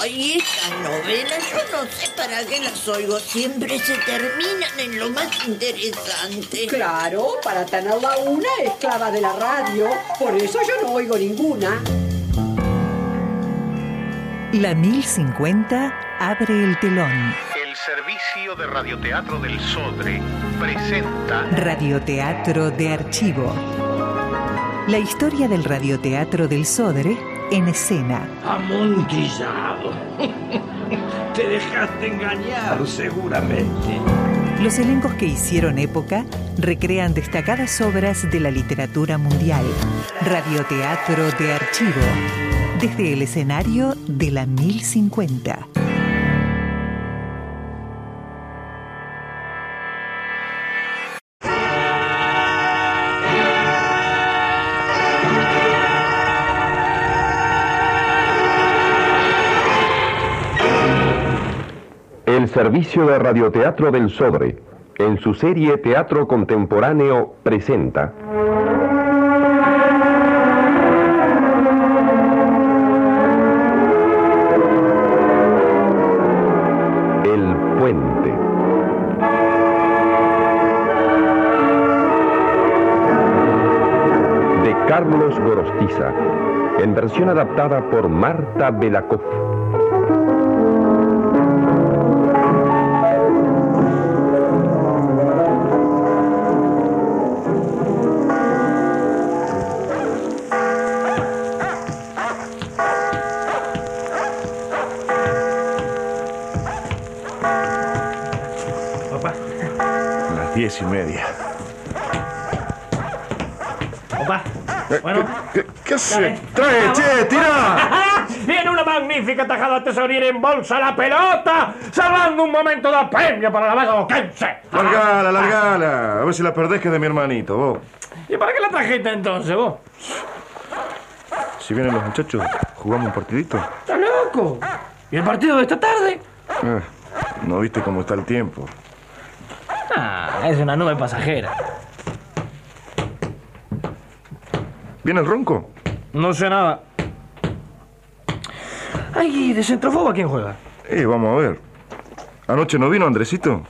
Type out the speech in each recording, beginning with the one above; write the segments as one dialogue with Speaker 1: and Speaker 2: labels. Speaker 1: Ay, estas novelas, yo no sé para qué las oigo. Siempre se terminan en lo más interesante.
Speaker 2: Claro, para tenerla una esclava de la radio. Por eso yo no oigo ninguna.
Speaker 3: La 1050 abre el telón.
Speaker 4: El servicio de radioteatro del Sodre presenta
Speaker 3: Radioteatro de archivo. La historia del radioteatro del Sodre en escena.
Speaker 5: Amontillado. Te dejaste engañar, seguramente.
Speaker 3: Los elencos que hicieron época recrean destacadas obras de la literatura mundial. Radioteatro de archivo. Desde el escenario de la 1050.
Speaker 6: El servicio de radioteatro del Sodre, en su serie Teatro Contemporáneo, presenta El Puente. De Carlos Gorostiza, en versión adaptada por Marta Belakoff.
Speaker 7: Papá,
Speaker 8: Las diez y media.
Speaker 7: papá. Bueno.
Speaker 8: Eh, ¿Qué, qué se
Speaker 7: Dale.
Speaker 8: trae, che? ¡Tira!
Speaker 7: Viene una magnífica tajada tesorera en bolsa la pelota, salvando un momento de premio para la base boquense.
Speaker 8: Largala, largala. A ver si la perdés que es de mi hermanito, vos.
Speaker 7: ¿Y para qué la trajiste entonces vos?
Speaker 8: Si vienen los muchachos, jugamos un partidito.
Speaker 7: ¿Estás loco? ¿Y el partido de esta tarde?
Speaker 8: Ah, no viste cómo está el tiempo.
Speaker 7: Ah, es una nube pasajera.
Speaker 8: ¿Viene el ronco?
Speaker 7: No sé nada. Ay, ¿y de centrofoba quién juega?
Speaker 8: Eh, vamos a ver. Anoche no vino Andresito.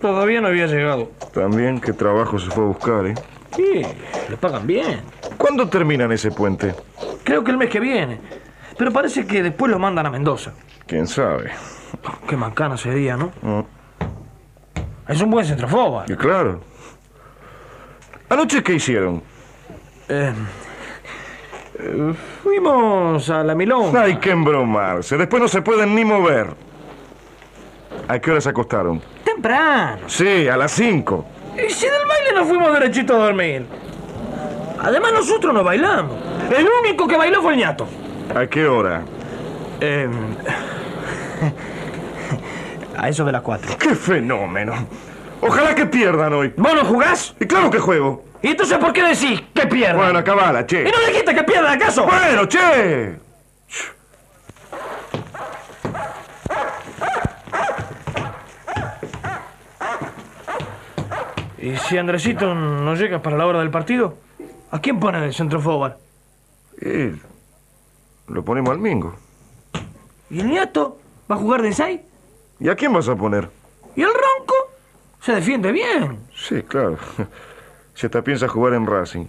Speaker 7: Todavía no había llegado.
Speaker 8: También qué trabajo se fue a buscar, ¿eh?
Speaker 7: Sí, le pagan bien.
Speaker 8: ¿Cuándo terminan ese puente?
Speaker 7: Creo que el mes que viene. Pero parece que después lo mandan a Mendoza.
Speaker 8: ¿Quién sabe?
Speaker 7: Qué mancana sería, ¿no?
Speaker 8: Mm.
Speaker 7: Es un buen centrofoba.
Speaker 8: Y claro. ¿Anoche qué hicieron?
Speaker 7: Eh, eh, fuimos a la Milonga.
Speaker 8: Hay que embromarse. Después no se pueden ni mover. ¿A qué hora se acostaron?
Speaker 7: Temprano.
Speaker 8: Sí, a las 5.
Speaker 7: Y si del baile nos fuimos derechito a dormir. Además nosotros no bailamos. El único que bailó fue el ñato.
Speaker 8: ¿A qué hora?
Speaker 7: Eh, a eso de las cuatro.
Speaker 8: ¡Qué fenómeno! Ojalá que pierdan hoy.
Speaker 7: ¿Vos no jugás?
Speaker 8: Y claro que juego.
Speaker 7: ¿Y entonces por qué decís que pierda?
Speaker 8: Bueno, acabala, che.
Speaker 7: ¿Y no dijiste que pierda acaso?
Speaker 8: Bueno, che.
Speaker 7: ¿Y si Andresito no llega para la hora del partido? ¿A quién pone de centrofoba?
Speaker 8: Eh, lo ponemos al mingo.
Speaker 7: ¿Y el ñato? ¿Va a jugar de seis?
Speaker 8: ¿Y a quién vas a poner?
Speaker 7: ¿Y el ronco? Se defiende bien.
Speaker 8: Sí, claro. Si hasta piensa jugar en Racing.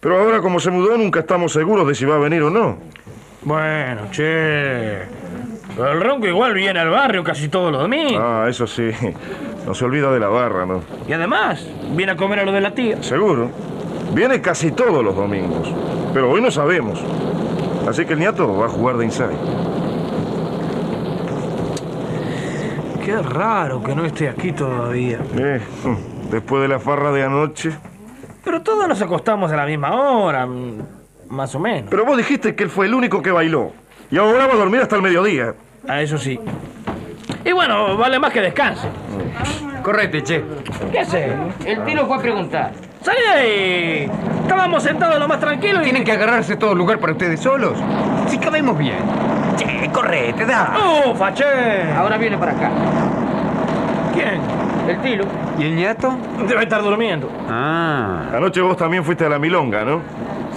Speaker 8: Pero ahora, como se mudó, nunca estamos seguros de si va a venir o no.
Speaker 7: Bueno, che. Pero el ronco igual viene al barrio casi todos los domingos.
Speaker 8: Ah, eso sí. No se olvida de la barra, ¿no?
Speaker 7: Y además, viene a comer a lo de la tía.
Speaker 8: Seguro. Viene casi todos los domingos. Pero hoy no sabemos. Así que el niato va a jugar de inside.
Speaker 7: Qué raro que no esté aquí todavía.
Speaker 8: Eh, después de la farra de anoche.
Speaker 7: Pero todos nos acostamos a la misma hora, mm, más o menos.
Speaker 8: Pero vos dijiste que él fue el único que bailó. Y ahora va a dormir hasta el mediodía.
Speaker 7: A Ah, eso sí. Y bueno, vale más que descanse.
Speaker 5: Correte, che.
Speaker 7: ¿Qué hace?
Speaker 9: El tiro fue a preguntar.
Speaker 7: Salí de ahí. Estábamos sentados lo más tranquilos y...
Speaker 5: ¿Tienen que agarrarse todo lugar para ustedes solos? Si cabemos bien. Che, correte, da.
Speaker 7: ¡Ufa, che!
Speaker 9: Ahora viene para acá.
Speaker 7: ¿Quién?
Speaker 9: El tiro.
Speaker 5: ¿Y el ñato?
Speaker 7: Debe estar durmiendo.
Speaker 5: Ah.
Speaker 8: Anoche vos también fuiste a la milonga, ¿no?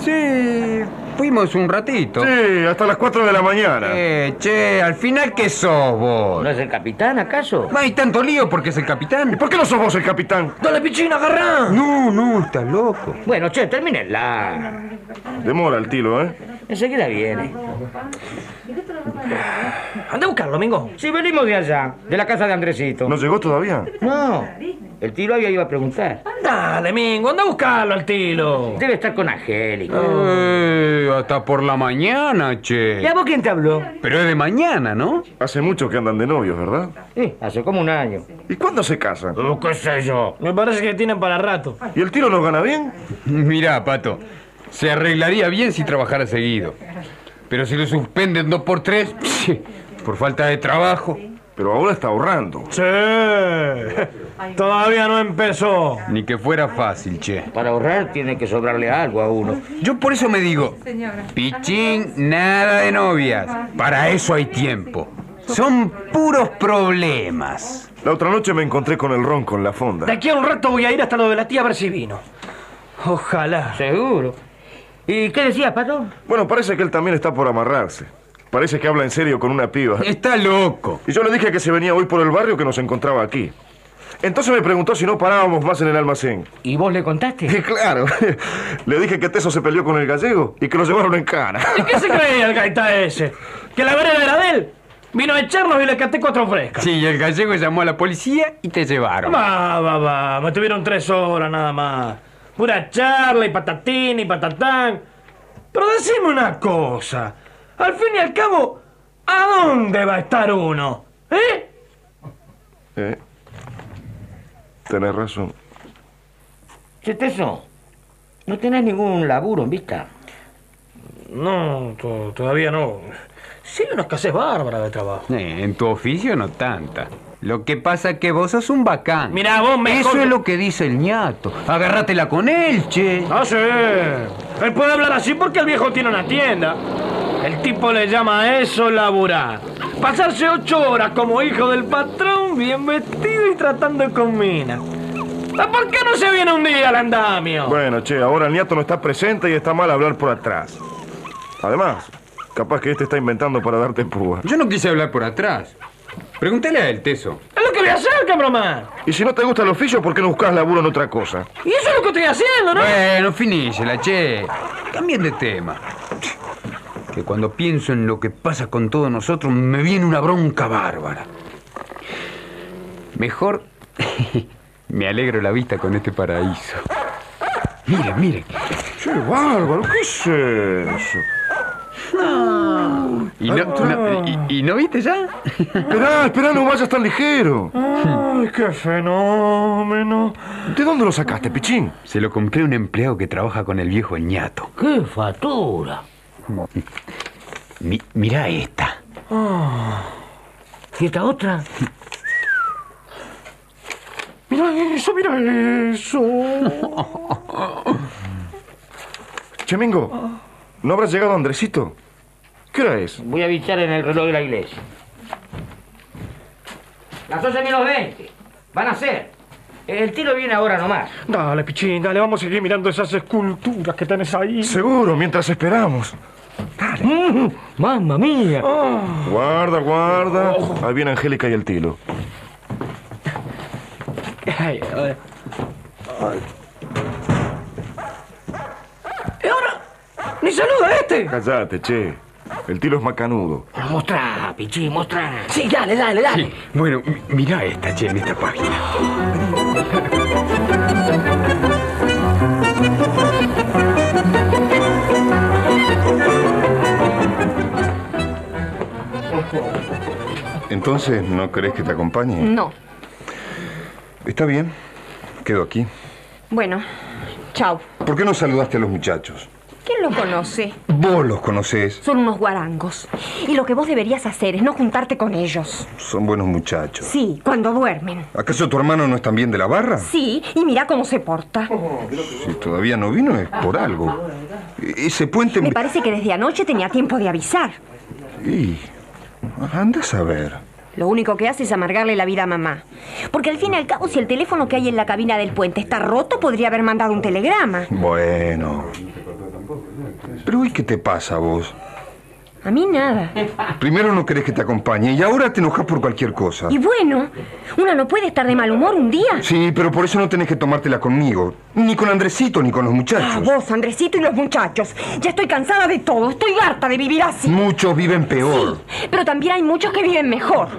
Speaker 5: Sí, Fuimos un ratito.
Speaker 8: Sí, hasta las 4 de la mañana.
Speaker 5: Eh, che, al final, ¿qué sos vos?
Speaker 10: ¿No es el capitán, acaso?
Speaker 5: No hay tanto lío porque es el
Speaker 8: ¿Y
Speaker 5: capitán.
Speaker 8: por qué no sos vos el capitán?
Speaker 10: ¡Dale, pichín, agarrá!
Speaker 5: No, no, estás loco.
Speaker 10: Bueno, che,
Speaker 7: Ah.
Speaker 10: termínenla.
Speaker 8: Demora el tilo, ¿eh?
Speaker 10: Enseguida viene.
Speaker 7: Anda a buscarlo, Mingo.
Speaker 10: Si venimos de allá, de la casa de Andresito.
Speaker 8: ¿No llegó todavía?
Speaker 10: No, el tiro había iba a preguntar.
Speaker 7: Dale, Mingo, anda a buscarlo al tilo.
Speaker 10: Debe estar con Angélica.
Speaker 5: Eh, hasta por la mañana,
Speaker 10: ¿Y a
Speaker 5: che.
Speaker 10: vos quién te habló?
Speaker 5: Pero es de mañana, ¿no?
Speaker 8: Hace mucho que andan de novios, ¿verdad?
Speaker 10: Sí, hace como un año.
Speaker 8: ¿Y cuándo se casan?
Speaker 10: Oh, ¿Qué sé yo?
Speaker 7: Me parece que tienen para rato.
Speaker 8: ¿Y el tiro nos gana bien?
Speaker 5: Mirá, Pato, se arreglaría bien si trabajara seguido. Pero si lo suspenden dos por tres, por falta de trabajo,
Speaker 8: Pero ahora está ahorrando.
Speaker 7: Sí. Todavía no empezó.
Speaker 5: ni que fuera fácil, che.
Speaker 10: Para ahorrar tiene que sobrarle algo a uno.
Speaker 5: Yo por eso me digo, pichín, nada de novias. Para eso hay tiempo. Son puros problemas.
Speaker 8: La otra noche me encontré con el ron con la
Speaker 7: De
Speaker 8: fonda.
Speaker 7: aquí a un rato voy a ir hasta lo de la tía a ver si vino. Ojalá.
Speaker 10: Seguro. ¿Y qué decías, Pato?
Speaker 8: Bueno, parece que él también está por amarrarse. Parece que habla en serio con una piba.
Speaker 5: Está loco.
Speaker 8: Y yo le dije que se venía hoy por el barrio que nos encontraba aquí. Entonces me preguntó si no parábamos más en el almacén.
Speaker 10: ¿Y vos le contaste?
Speaker 8: Y claro, le dije que Teso se peleó con el gallego y que lo llevaron en cara.
Speaker 7: ¿Y qué se creía el gaita ese? ¿Que la vereda era de él? Vino a echarnos y le caté cuatro frescas.
Speaker 5: Sí, el gallego llamó a la policía y te llevaron.
Speaker 7: Va, va, va. Me tuvieron tres horas nada más. Pura charla y patatín y patatán. Pero decime una cosa. Al fin y al cabo, ¿a dónde va a estar uno? ¿Eh?
Speaker 8: Eh, tenés razón.
Speaker 10: Che, Teso, no tenés ningún laburo en vista.
Speaker 7: No, to- todavía no. Sí, una escasez bárbara de trabajo.
Speaker 5: Eh, en tu oficio no tanta. Lo que pasa es que vos sos un bacán.
Speaker 7: Mirá, vos me
Speaker 5: Eso
Speaker 7: con-
Speaker 5: es lo que dice el ñato. Agárratela con él, che.
Speaker 7: Ah, sí. Él puede hablar así porque el viejo tiene una tienda. El tipo le llama a eso laburar. Pasarse ocho horas como hijo del patrón, bien vestido y tratando con mina. Ah, ¿Por qué no se viene un día al andamio?
Speaker 8: Bueno, che, ahora el nieto no está presente y está mal hablar por atrás. Además, capaz que este está inventando para darte púa.
Speaker 5: Yo no quise hablar por atrás. Pregúntale a él, Teso.
Speaker 7: Es lo que voy a hacer, cabrón.
Speaker 8: Y si no te gusta el oficio, ¿por qué no buscas laburo en otra cosa?
Speaker 7: Y eso es lo que estoy haciendo, ¿no?
Speaker 5: Bueno, finísela, che. Cambien de tema. Que cuando pienso en lo que pasa con todos nosotros, me viene una bronca bárbara. Mejor me alegro la vista con este paraíso. Miren, miren.
Speaker 8: Che, bárbaro, ¿qué es eso?
Speaker 5: ¿Y no, no- y- y no viste ya?
Speaker 8: Ah. Esperá, esperá, no vayas tan ligero.
Speaker 7: Ay, qué fenómeno.
Speaker 8: ¿De dónde lo sacaste, pichín?
Speaker 5: Se lo compré a un empleado que trabaja con el viejo el ñato.
Speaker 10: ¡Qué factura!
Speaker 5: Mi- mirá esta.
Speaker 7: Ah.
Speaker 10: ¿Y esta otra?
Speaker 8: Mira eso, mira eso. Chemingo, ¿no habrás llegado Andresito? ¿Qué hora es?
Speaker 10: Voy a avisar en el reloj de la iglesia. Las 11 menos 20. Van a ser. El tiro viene ahora nomás.
Speaker 7: Dale, pichín, dale, vamos a seguir mirando esas esculturas que tenés ahí.
Speaker 8: Seguro, mientras esperamos.
Speaker 5: Mm,
Speaker 10: ¡Mamma mía!
Speaker 8: Guarda, guarda.
Speaker 10: Oh.
Speaker 8: Ahí viene Angélica y el tilo.
Speaker 7: Ay, a ver. Ay. ¿Y ahora? ¡Ni saluda este!
Speaker 8: Cállate, che. El tilo es macanudo.
Speaker 10: Mostrá, pichín, mostrá.
Speaker 7: Sí, dale, dale, dale.
Speaker 5: Bueno, mi- mirá esta, che, en esta página.
Speaker 11: Entonces, ¿no crees que te acompañe?
Speaker 12: No.
Speaker 11: Está bien, quedo aquí.
Speaker 12: Bueno, chao.
Speaker 11: ¿Por qué no saludaste a los muchachos?
Speaker 12: ¿Quién lo conoce?
Speaker 11: Vos los conocés,
Speaker 12: Son unos guarangos. Y lo que vos deberías hacer es no juntarte con ellos.
Speaker 11: son buenos muchachos.
Speaker 12: Sí, cuando duermen.
Speaker 11: ¿Acaso tu hermano no está bien de la barra?
Speaker 12: Sí, y mira cómo se porta.
Speaker 11: Si todavía no vino es por algo. E- Ese puente...
Speaker 12: Me parece que desde anoche tenía tiempo de avisar.
Speaker 11: Y... Andas a ver.
Speaker 12: Lo único que hace es amargarle la vida a mamá. Porque al fin y al cabo, si el teléfono que hay en la cabina del puente está roto, podría haber mandado un telegrama.
Speaker 11: Bueno.
Speaker 13: Pero ¿y qué te pasa vos?
Speaker 12: A mí nada.
Speaker 13: Primero no querés que te acompañe y ahora te enojas por cualquier cosa.
Speaker 12: Y bueno, uno no puede estar de mal humor un día.
Speaker 13: Sí, pero por eso no tenés que tomártela conmigo, ni con Andresito, ni con los
Speaker 12: A
Speaker 13: muchachos.
Speaker 12: Ah, vos, Andresito y los muchachos. Ya estoy cansada de todo. Estoy harta de vivir así.
Speaker 13: Muchos viven peor.
Speaker 12: Pero también hay muchos que viven mejor.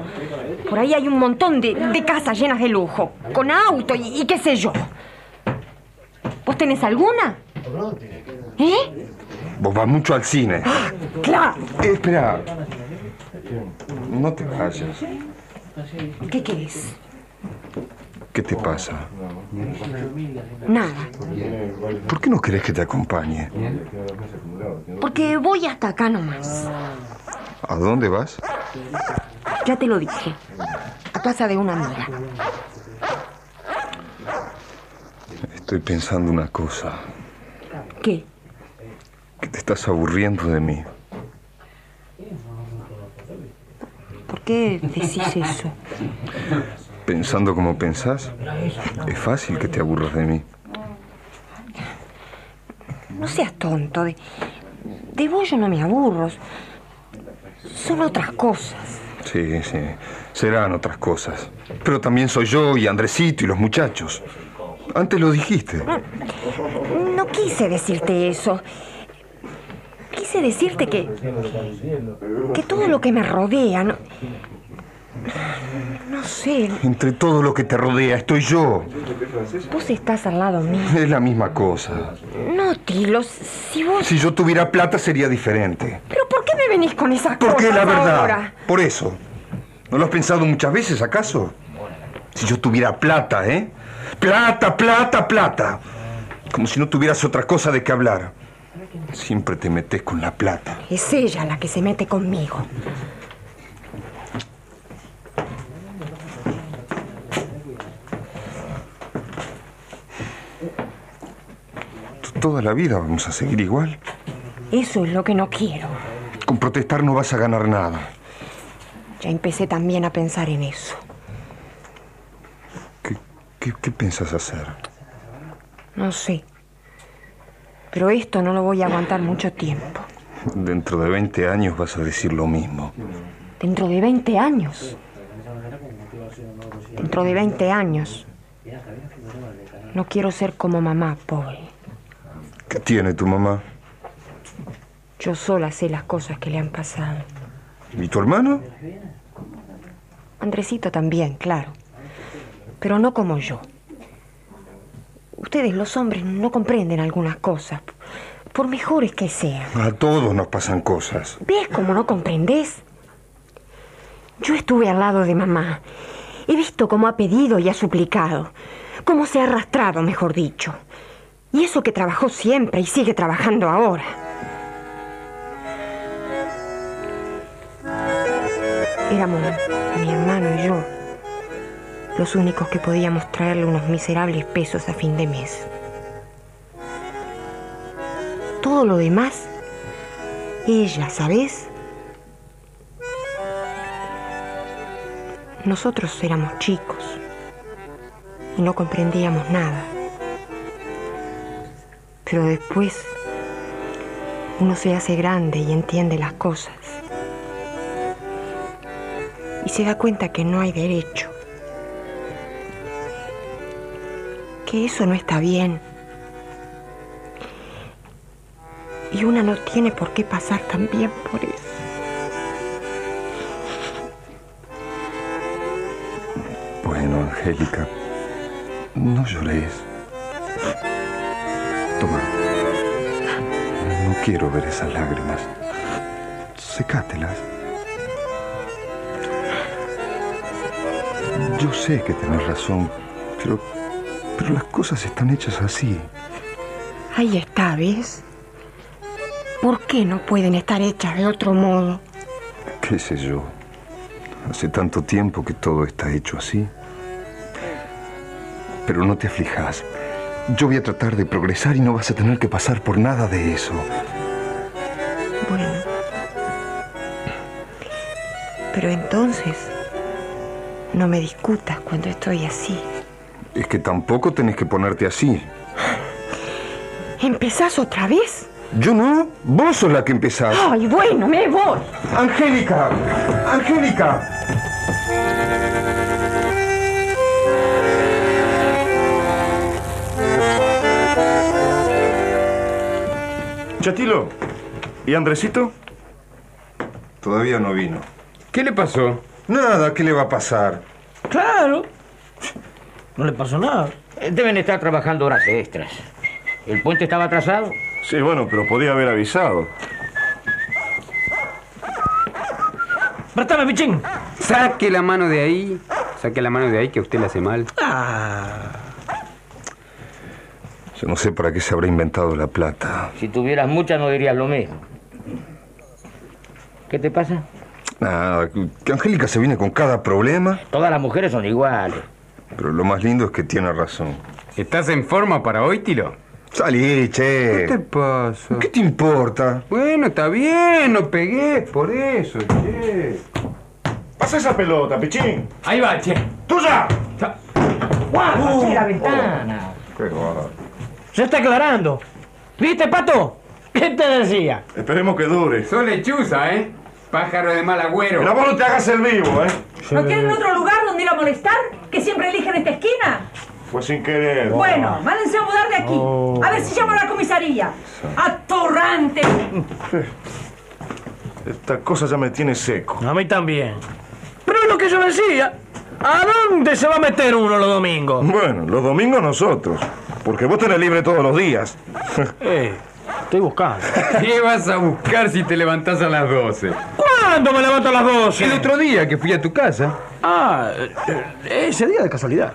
Speaker 12: Por ahí hay un montón de, de casas llenas de lujo, con auto y, y qué sé yo. ¿Vos tenés alguna? ¿Eh?
Speaker 13: Vos vas mucho al cine.
Speaker 12: Claro.
Speaker 13: Eh, espera. No te vayas.
Speaker 12: ¿Qué querés?
Speaker 13: ¿Qué te pasa?
Speaker 12: Nada.
Speaker 13: ¿Por qué no querés que te acompañe?
Speaker 12: Porque voy hasta acá nomás.
Speaker 13: ¿A dónde vas?
Speaker 12: Ya te lo dije. A casa de una amiga.
Speaker 13: Estoy pensando una cosa.
Speaker 12: ¿Qué?
Speaker 13: Que te estás aburriendo de mí.
Speaker 12: ¿Por qué decís eso?
Speaker 13: Pensando como pensás, es fácil que te aburras de mí.
Speaker 12: No seas tonto. De, de vos yo no me aburro. Son otras cosas.
Speaker 13: Sí, sí. Serán otras cosas. Pero también soy yo y Andresito y los muchachos. Antes lo dijiste.
Speaker 12: No quise decirte eso. Quise decirte que. que todo lo que me rodea. No, no sé.
Speaker 13: Entre todo lo que te rodea estoy yo.
Speaker 12: Vos estás al lado mío.
Speaker 13: Es la misma cosa.
Speaker 12: No, Tilos, si vos.
Speaker 13: Si yo tuviera plata sería diferente.
Speaker 12: ¿Pero por qué me venís con esas
Speaker 13: Porque
Speaker 12: cosas
Speaker 13: la verdad.
Speaker 12: ahora?
Speaker 13: Por eso. ¿No lo has pensado muchas veces, acaso? Si yo tuviera plata, ¿eh? Plata, plata, plata. Como si no tuvieras otra cosa de qué hablar. Siempre te metes con la plata.
Speaker 12: Es ella la que se mete conmigo.
Speaker 13: Toda la vida vamos a seguir igual.
Speaker 12: Eso es lo que no quiero.
Speaker 13: Con protestar no vas a ganar nada.
Speaker 12: Ya empecé también a pensar en eso.
Speaker 13: ¿Qué, qué pensás hacer?
Speaker 12: No sé. Pero esto no lo voy a aguantar mucho tiempo.
Speaker 13: Dentro de 20 años vas a decir lo mismo.
Speaker 12: Dentro de 20 años. Dentro de 20 años. No quiero ser como mamá, Paul.
Speaker 13: ¿Qué tiene tu mamá?
Speaker 12: Yo sola sé las cosas que le han pasado.
Speaker 13: ¿Y tu hermano?
Speaker 12: Andresito también, claro. Pero no como yo. Ustedes, los hombres, no comprenden algunas cosas. Por mejores que sean.
Speaker 13: A todos nos pasan cosas.
Speaker 12: ¿Ves cómo no comprendés? Yo estuve al lado de mamá. He visto cómo ha pedido y ha suplicado. Cómo se ha arrastrado, mejor dicho. Y eso que trabajó siempre y sigue trabajando ahora. Éramos mi hermano y yo los únicos que podíamos traerle unos miserables pesos a fin de mes. Todo lo demás ella, ¿sabes? Nosotros éramos chicos y no comprendíamos nada. Pero después uno se hace grande y entiende las cosas. Y se da cuenta que no hay derecho. Que eso no está bien. Y una no tiene por qué pasar también por eso.
Speaker 13: Bueno, Angélica, no llores. Toma. No quiero ver esas lágrimas. Secátelas. Yo sé que tenés razón, pero, pero las cosas están hechas así.
Speaker 12: Ahí está, ¿ves? ¿Por qué no pueden estar hechas de otro modo?
Speaker 13: ¿Qué sé yo? Hace tanto tiempo que todo está hecho así. Pero no te aflijas. Yo voy a tratar de progresar y no vas a tener que pasar por nada de eso.
Speaker 12: Bueno. Pero entonces, no me discutas cuando estoy así.
Speaker 13: Es que tampoco tenés que ponerte así.
Speaker 12: ¿Empezás otra vez?
Speaker 13: Yo no. Vos sos la que empezás.
Speaker 12: Ay, bueno, me voy.
Speaker 13: Angélica, Angélica.
Speaker 8: Chatilo, ¿y Andresito?
Speaker 13: Todavía no vino.
Speaker 5: ¿Qué le pasó?
Speaker 13: Nada, ¿qué le va a pasar?
Speaker 10: Claro.
Speaker 7: No le pasó nada.
Speaker 10: Eh, Deben estar trabajando horas extras. ¿El puente estaba atrasado?
Speaker 8: Sí, bueno, pero podía haber avisado.
Speaker 7: Préstame, pichín.
Speaker 5: Saque la mano de ahí. Saque la mano de ahí que a usted le hace mal.
Speaker 13: Yo no sé para qué se habrá inventado la plata.
Speaker 10: Si tuvieras mucha no dirías lo mismo. ¿Qué te pasa?
Speaker 13: Nada, Ah, que Angélica se viene con cada problema.
Speaker 10: Todas las mujeres son iguales.
Speaker 13: Pero lo más lindo es que tiene razón.
Speaker 5: ¿Estás en forma para hoy, Tilo?
Speaker 13: Salí, che.
Speaker 5: ¿Qué te pasa?
Speaker 13: ¿Qué te importa?
Speaker 5: Bueno, está bien, no pegué por eso, che.
Speaker 8: Pasa esa pelota, pichín.
Speaker 7: Ahí va, che.
Speaker 8: ¡Tuya!
Speaker 10: ¡Guarda, che, la ventana!
Speaker 13: Qué bárbaro.
Speaker 7: Uh. Se está aclarando. ¿Viste, pato? ¿Qué te decía?
Speaker 8: Esperemos que dure.
Speaker 5: Son lechuza, ¿eh? Pájaro de mal agüero.
Speaker 8: Pero vos no te hagas el vivo, ¿eh?
Speaker 1: ¿No quieren otro lugar donde ir a molestar? ¿Que siempre eligen esta esquina?
Speaker 8: Fue sin querer.
Speaker 1: Bueno, mándense a mudar de aquí. A ver si llamo a la comisaría. ¡Atorrante!
Speaker 8: Esta cosa ya me tiene seco.
Speaker 7: A mí también. Pero es lo que yo decía. ¿A dónde se va a meter uno los domingos?
Speaker 8: Bueno, los domingos nosotros. Porque vos tenés libre todos los días.
Speaker 7: Eh, estoy buscando.
Speaker 5: ¿Qué vas a buscar si te levantás a las 12?
Speaker 7: ¿Cuándo me levanto a las 12?
Speaker 5: El otro día que fui a tu casa.
Speaker 7: Ah, eh, ese día de casualidad.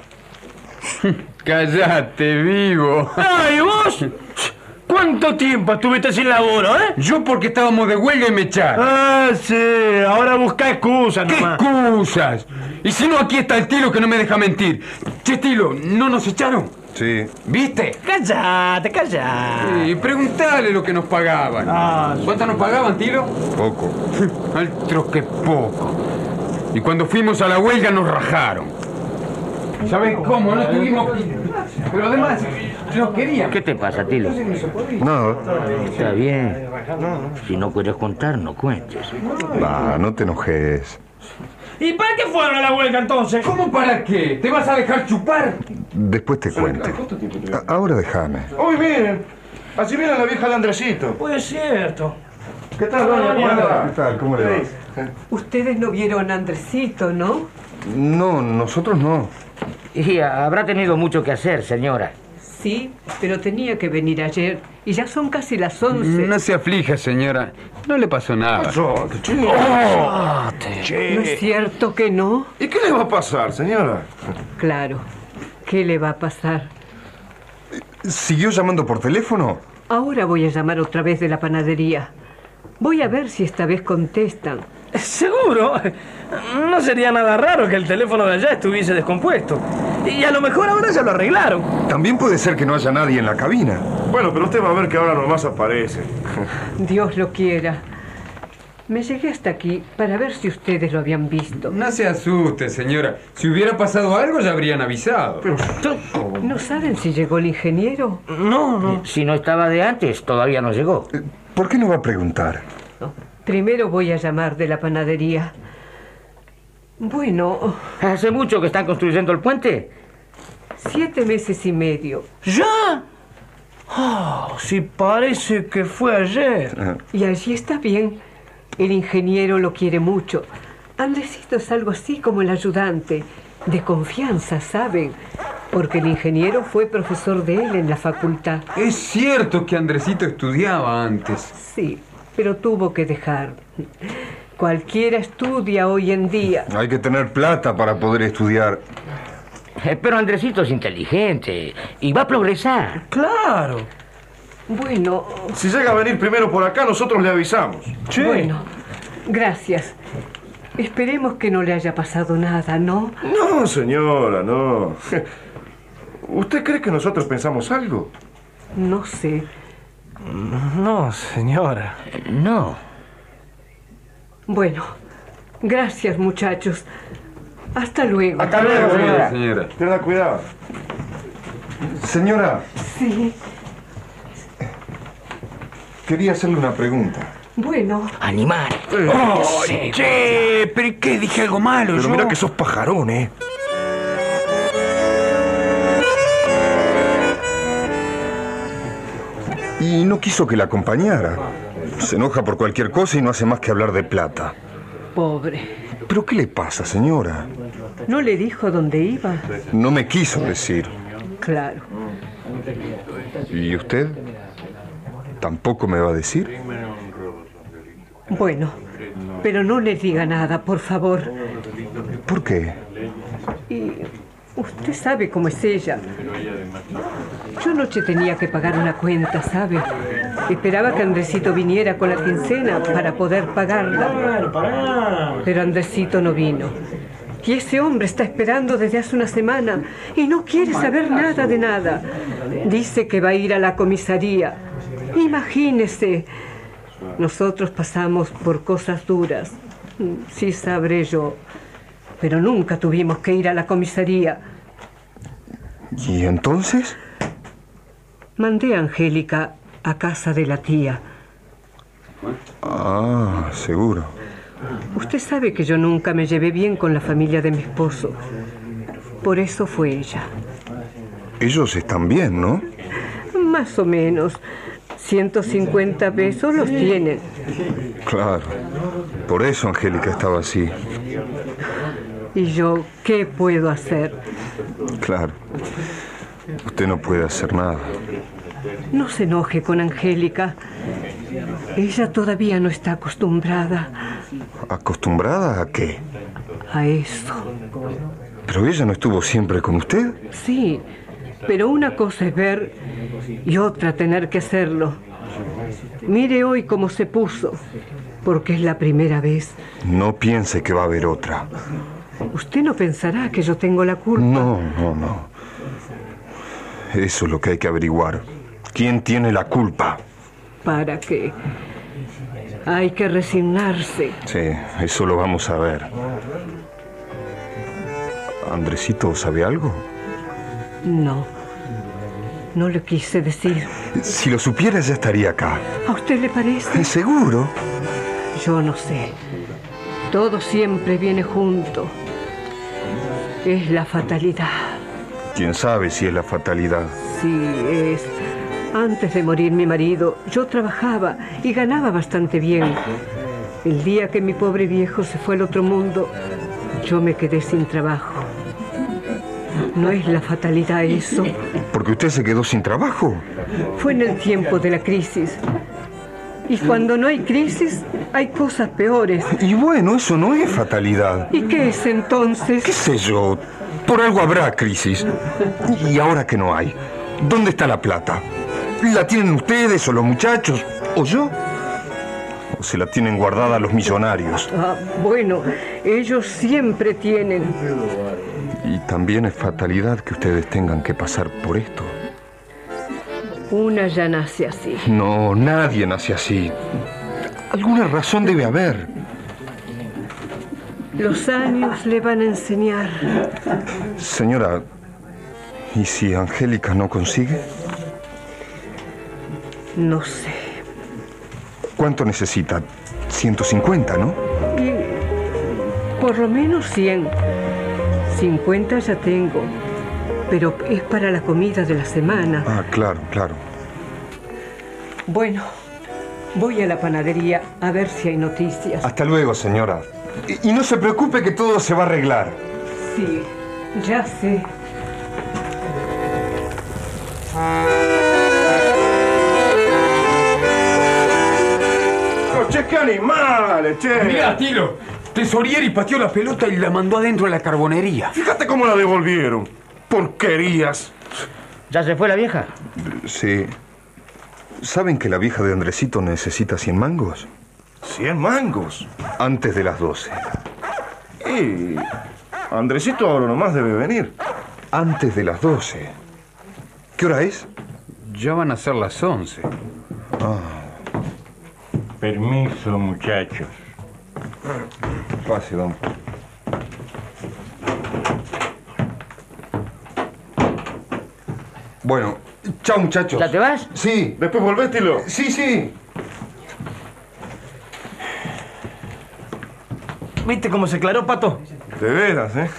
Speaker 5: Callate, vivo.
Speaker 7: ¡Ay, vos! ¿Cuánto tiempo estuviste sin laburo, eh?
Speaker 5: Yo porque estábamos de huelga y me echaron.
Speaker 7: Ah, sí, ahora busca excusas
Speaker 5: ¿Qué
Speaker 7: nomás.
Speaker 5: excusas? Y si no, aquí está el Tilo que no me deja mentir. Che, Tilo, ¿no nos echaron?
Speaker 13: Sí.
Speaker 5: ¿Viste?
Speaker 7: Callate, callate.
Speaker 5: Y preguntale lo que nos pagaban.
Speaker 7: Ah, sí.
Speaker 5: ¿Cuánto nos pagaban, Tilo?
Speaker 13: Poco.
Speaker 5: Altro que poco. Y cuando fuimos a la huelga nos rajaron. ¿Sabes cómo? No tuvimos... Pero además, nos querían.
Speaker 10: ¿Qué te pasa, Tilo?
Speaker 13: Nada.
Speaker 10: Está bien. Si no quieres contar, no cuentes.
Speaker 13: Bah, no te enojes.
Speaker 7: ¿Y para qué fueron a la huelga entonces?
Speaker 5: ¿Cómo para qué? ¿Te vas a dejar chupar?
Speaker 13: Después te cuento. A- Ahora déjame.
Speaker 8: Uy, miren. Así viene la vieja de Andresito.
Speaker 7: Pues es cierto.
Speaker 8: ¿Qué tal, doña? ¿Cómo
Speaker 13: ¿Qué
Speaker 8: anda?
Speaker 13: tal? ¿Cómo le va?
Speaker 2: Ustedes no vieron a Andresito, ¿no?
Speaker 13: No, nosotros no.
Speaker 10: Y habrá tenido mucho que hacer, señora.
Speaker 2: Sí, pero tenía que venir ayer y ya son casi las 11.
Speaker 5: No se aflija, señora. No le pasó nada.
Speaker 8: Oh,
Speaker 2: ¿No es cierto que no?
Speaker 8: ¿Y qué le va a pasar, señora?
Speaker 2: Claro. ¿Qué le va a pasar?
Speaker 13: ¿Siguió llamando por teléfono?
Speaker 2: Ahora voy a llamar otra vez de la panadería. Voy a ver si esta vez contestan.
Speaker 7: Eh, Seguro. No sería nada raro que el teléfono de allá estuviese descompuesto. Y a lo mejor ahora ya lo arreglaron.
Speaker 13: También puede ser que no haya nadie en la cabina.
Speaker 8: Bueno, pero usted va a ver que ahora nomás aparece.
Speaker 2: Dios lo quiera. Me llegué hasta aquí para ver si ustedes lo habían visto.
Speaker 5: No se asuste, señora. Si hubiera pasado algo, ya habrían avisado.
Speaker 2: ¿No saben si llegó el ingeniero?
Speaker 7: No, no.
Speaker 10: Si no estaba de antes, todavía no llegó.
Speaker 13: Eh, ¿Por qué no va a preguntar?
Speaker 2: Primero voy a llamar de la panadería. Bueno,
Speaker 10: ¿Hace mucho que están construyendo el puente?
Speaker 2: siete meses y medio.
Speaker 7: ¿Ya? Ah, si parece que fue ayer.
Speaker 2: Y allí está bien. El ingeniero lo quiere mucho. Andresito es algo así como el ayudante. De confianza, ¿saben? Porque el ingeniero fue profesor de él en la facultad.
Speaker 5: Es cierto que Andresito estudiaba antes.
Speaker 2: Sí, pero tuvo que dejar. Cualquiera estudia hoy en día.
Speaker 13: Hay que tener plata para poder estudiar.
Speaker 10: Eh, Pero Andresito es inteligente y va a progresar.
Speaker 7: Claro.
Speaker 2: Bueno,
Speaker 8: Si llega a venir primero por acá, nosotros le avisamos.
Speaker 7: Che.
Speaker 2: bueno. Gracias. Esperemos que no le haya pasado nada, ¿no?
Speaker 8: No, señora, no. ¿Usted cree que nosotros pensamos algo?
Speaker 2: No sé.
Speaker 7: No, señora.
Speaker 10: No.
Speaker 2: Bueno, gracias muchachos. Hasta luego.
Speaker 8: luego,
Speaker 5: Señora, señora.
Speaker 8: Tenga cuidado.
Speaker 13: Señora,
Speaker 2: Sí.
Speaker 13: Quería hacerle una pregunta.
Speaker 2: Bueno,
Speaker 10: Animal.
Speaker 13: ¡Ay, che! ¿Pero qué? Dije algo malo. Pero mira que sos pajarón, ¿eh? Y no quiso que la acompañara. Se enoja por cualquier cosa y no hace más que hablar de plata.
Speaker 2: pobre.
Speaker 13: ¿Pero qué le pasa, señora?
Speaker 2: ¿No le dijo dónde iba?
Speaker 13: No me quiso decir.
Speaker 2: Claro.
Speaker 13: ¿Y usted? ¿Tampoco me va a decir?
Speaker 2: Bueno, pero no le diga nada, por favor.
Speaker 13: ¿Por qué?
Speaker 2: Y usted sabe cómo es ella. Yo anoche tenía que pagar una cuenta, ¿sabe? Esperaba que Andresito viniera con la quincena para poder pagarla. Pero Andresito no vino. Y ese hombre está esperando desde hace una semana y no quiere saber nada de nada. Dice que va a ir a la comisaría. Imagínese. Nosotros pasamos por cosas duras. Sí sabré yo. Pero nunca tuvimos que ir a la comisaría.
Speaker 13: ¿Y entonces?
Speaker 2: Mandé a Angélica a casa de la tía.
Speaker 13: Ah, seguro.
Speaker 2: Usted sabe que yo nunca me llevé bien con la familia de mi esposo. Por eso fue ella.
Speaker 13: Ellos están bien, ¿no?
Speaker 2: Más o menos. 150 pesos los tienen.
Speaker 13: Claro. Por eso Angélica estaba así.
Speaker 2: ¿Y yo qué puedo hacer?
Speaker 13: Claro. Usted no puede hacer nada.
Speaker 2: No se enoje con Angélica. Ella todavía no está acostumbrada
Speaker 13: ¿Acostumbrada a qué?
Speaker 2: a eso.
Speaker 13: ¿Pero ella no estuvo siempre con usted?
Speaker 2: Sí, pero una cosa es ver y otra tener que hacerlo. Mire hoy cómo se puso, porque es la primera vez.
Speaker 13: No piense que va a haber otra.
Speaker 2: Usted no pensará que yo tengo la culpa.
Speaker 13: No, no, no. Eso es lo que hay que averiguar. ¿Quién tiene la culpa?
Speaker 2: ¿Para qué? Hay que resignarse.
Speaker 13: Sí, eso lo vamos a ver. ¿Andresito sabe algo?
Speaker 2: No. No le quise decir.
Speaker 13: Si lo supiera ya estaría acá.
Speaker 2: ¿A usted le parece?
Speaker 13: ¿Seguro?
Speaker 2: Yo no sé. Todo siempre viene junto. Es la fatalidad.
Speaker 13: ¿Quién sabe si es la fatalidad?
Speaker 2: Sí, es. Antes de morir mi marido, yo trabajaba y ganaba bastante bien. El día que mi pobre viejo se fue al otro mundo, yo me quedé sin trabajo. No es la fatalidad eso.
Speaker 13: ¿Porque usted se quedó sin trabajo?
Speaker 2: Fue en el tiempo de la crisis. Y cuando no hay crisis, hay cosas peores.
Speaker 13: Y bueno, eso no es fatalidad.
Speaker 2: ¿Y qué es entonces?
Speaker 13: ¿Qué sé yo? Por algo habrá crisis. ¿Y ahora que no hay? ¿Dónde está la plata? ¿La tienen ustedes o los muchachos? ¿O yo? ¿O se la tienen guardada los millonarios?
Speaker 2: Ah, bueno, ellos siempre tienen.
Speaker 13: Y también es fatalidad que ustedes tengan que pasar por esto.
Speaker 2: Una ya nace así.
Speaker 13: No, nadie nace así. Alguna razón debe haber.
Speaker 2: Los años le van a enseñar.
Speaker 13: Señora, ¿y si Angélica no consigue?
Speaker 2: No sé.
Speaker 13: ¿Cuánto necesita? 150, ¿no?
Speaker 2: Y eh, por lo menos 100. 50 ya tengo, pero es para la comida de la semana.
Speaker 13: Ah, claro, claro.
Speaker 2: Bueno, voy a la panadería a ver si hay noticias.
Speaker 13: Hasta luego, señora. Y, y no se preocupe que todo se va a arreglar.
Speaker 2: Sí, ya sé.
Speaker 14: Pero, che, qué animales, che.
Speaker 15: Mirá, Tilo, Tesorieri pateó la pelota y la mandó adentro a la carbonería.
Speaker 14: Fíjate cómo la devolvieron. Porquerías.
Speaker 10: ¿Ya se fue la vieja?
Speaker 13: Sí. ¿Saben que la vieja de Andresito necesita 100 mangos?
Speaker 14: ¿100 mangos?
Speaker 13: Antes de las 12.
Speaker 14: Y. Andresito ahora nomás debe venir.
Speaker 13: Antes de las 12. ¿Qué hora es?
Speaker 15: Ya van a ser las 11.
Speaker 13: Ah,
Speaker 4: Permiso, muchachos.
Speaker 13: Pase, don. Bueno, chao muchachos. ¿Ya te vas? Sí.
Speaker 14: Después volvés, Tilo.
Speaker 13: Sí, sí.
Speaker 7: ¿Viste cómo se aclaró, Pato?
Speaker 8: De veras, ¿eh?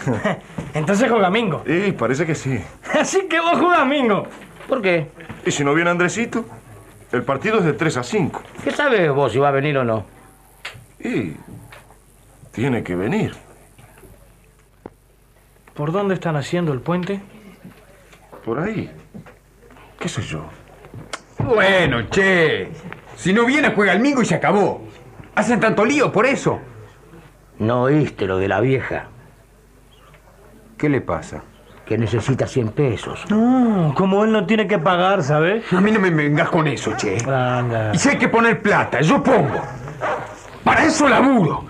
Speaker 7: Entonces juega Mingo.
Speaker 8: Y parece que sí.
Speaker 7: Así que vos jugás Mingo. ¿Por qué?
Speaker 8: Y si no viene Andresito, el partido es de 3 a 5.
Speaker 7: ¿Qué sabes vos si va a venir o no?
Speaker 8: Y tiene que venir.
Speaker 7: ¿Por dónde están haciendo el puente?
Speaker 8: Por ahí. ¿Qué sé yo?
Speaker 5: Bueno, che. Si no viene, juega el mingo y se acabó. Hacen tanto lío por eso.
Speaker 10: No oíste lo de la vieja.
Speaker 5: ¿Qué le pasa?
Speaker 10: Que necesita 100 pesos.
Speaker 7: No, como él no tiene que pagar, ¿sabes?
Speaker 5: A mí no me vengas con eso, che.
Speaker 7: Anda.
Speaker 5: Y si hay que poner plata, yo pongo. Para eso laburo.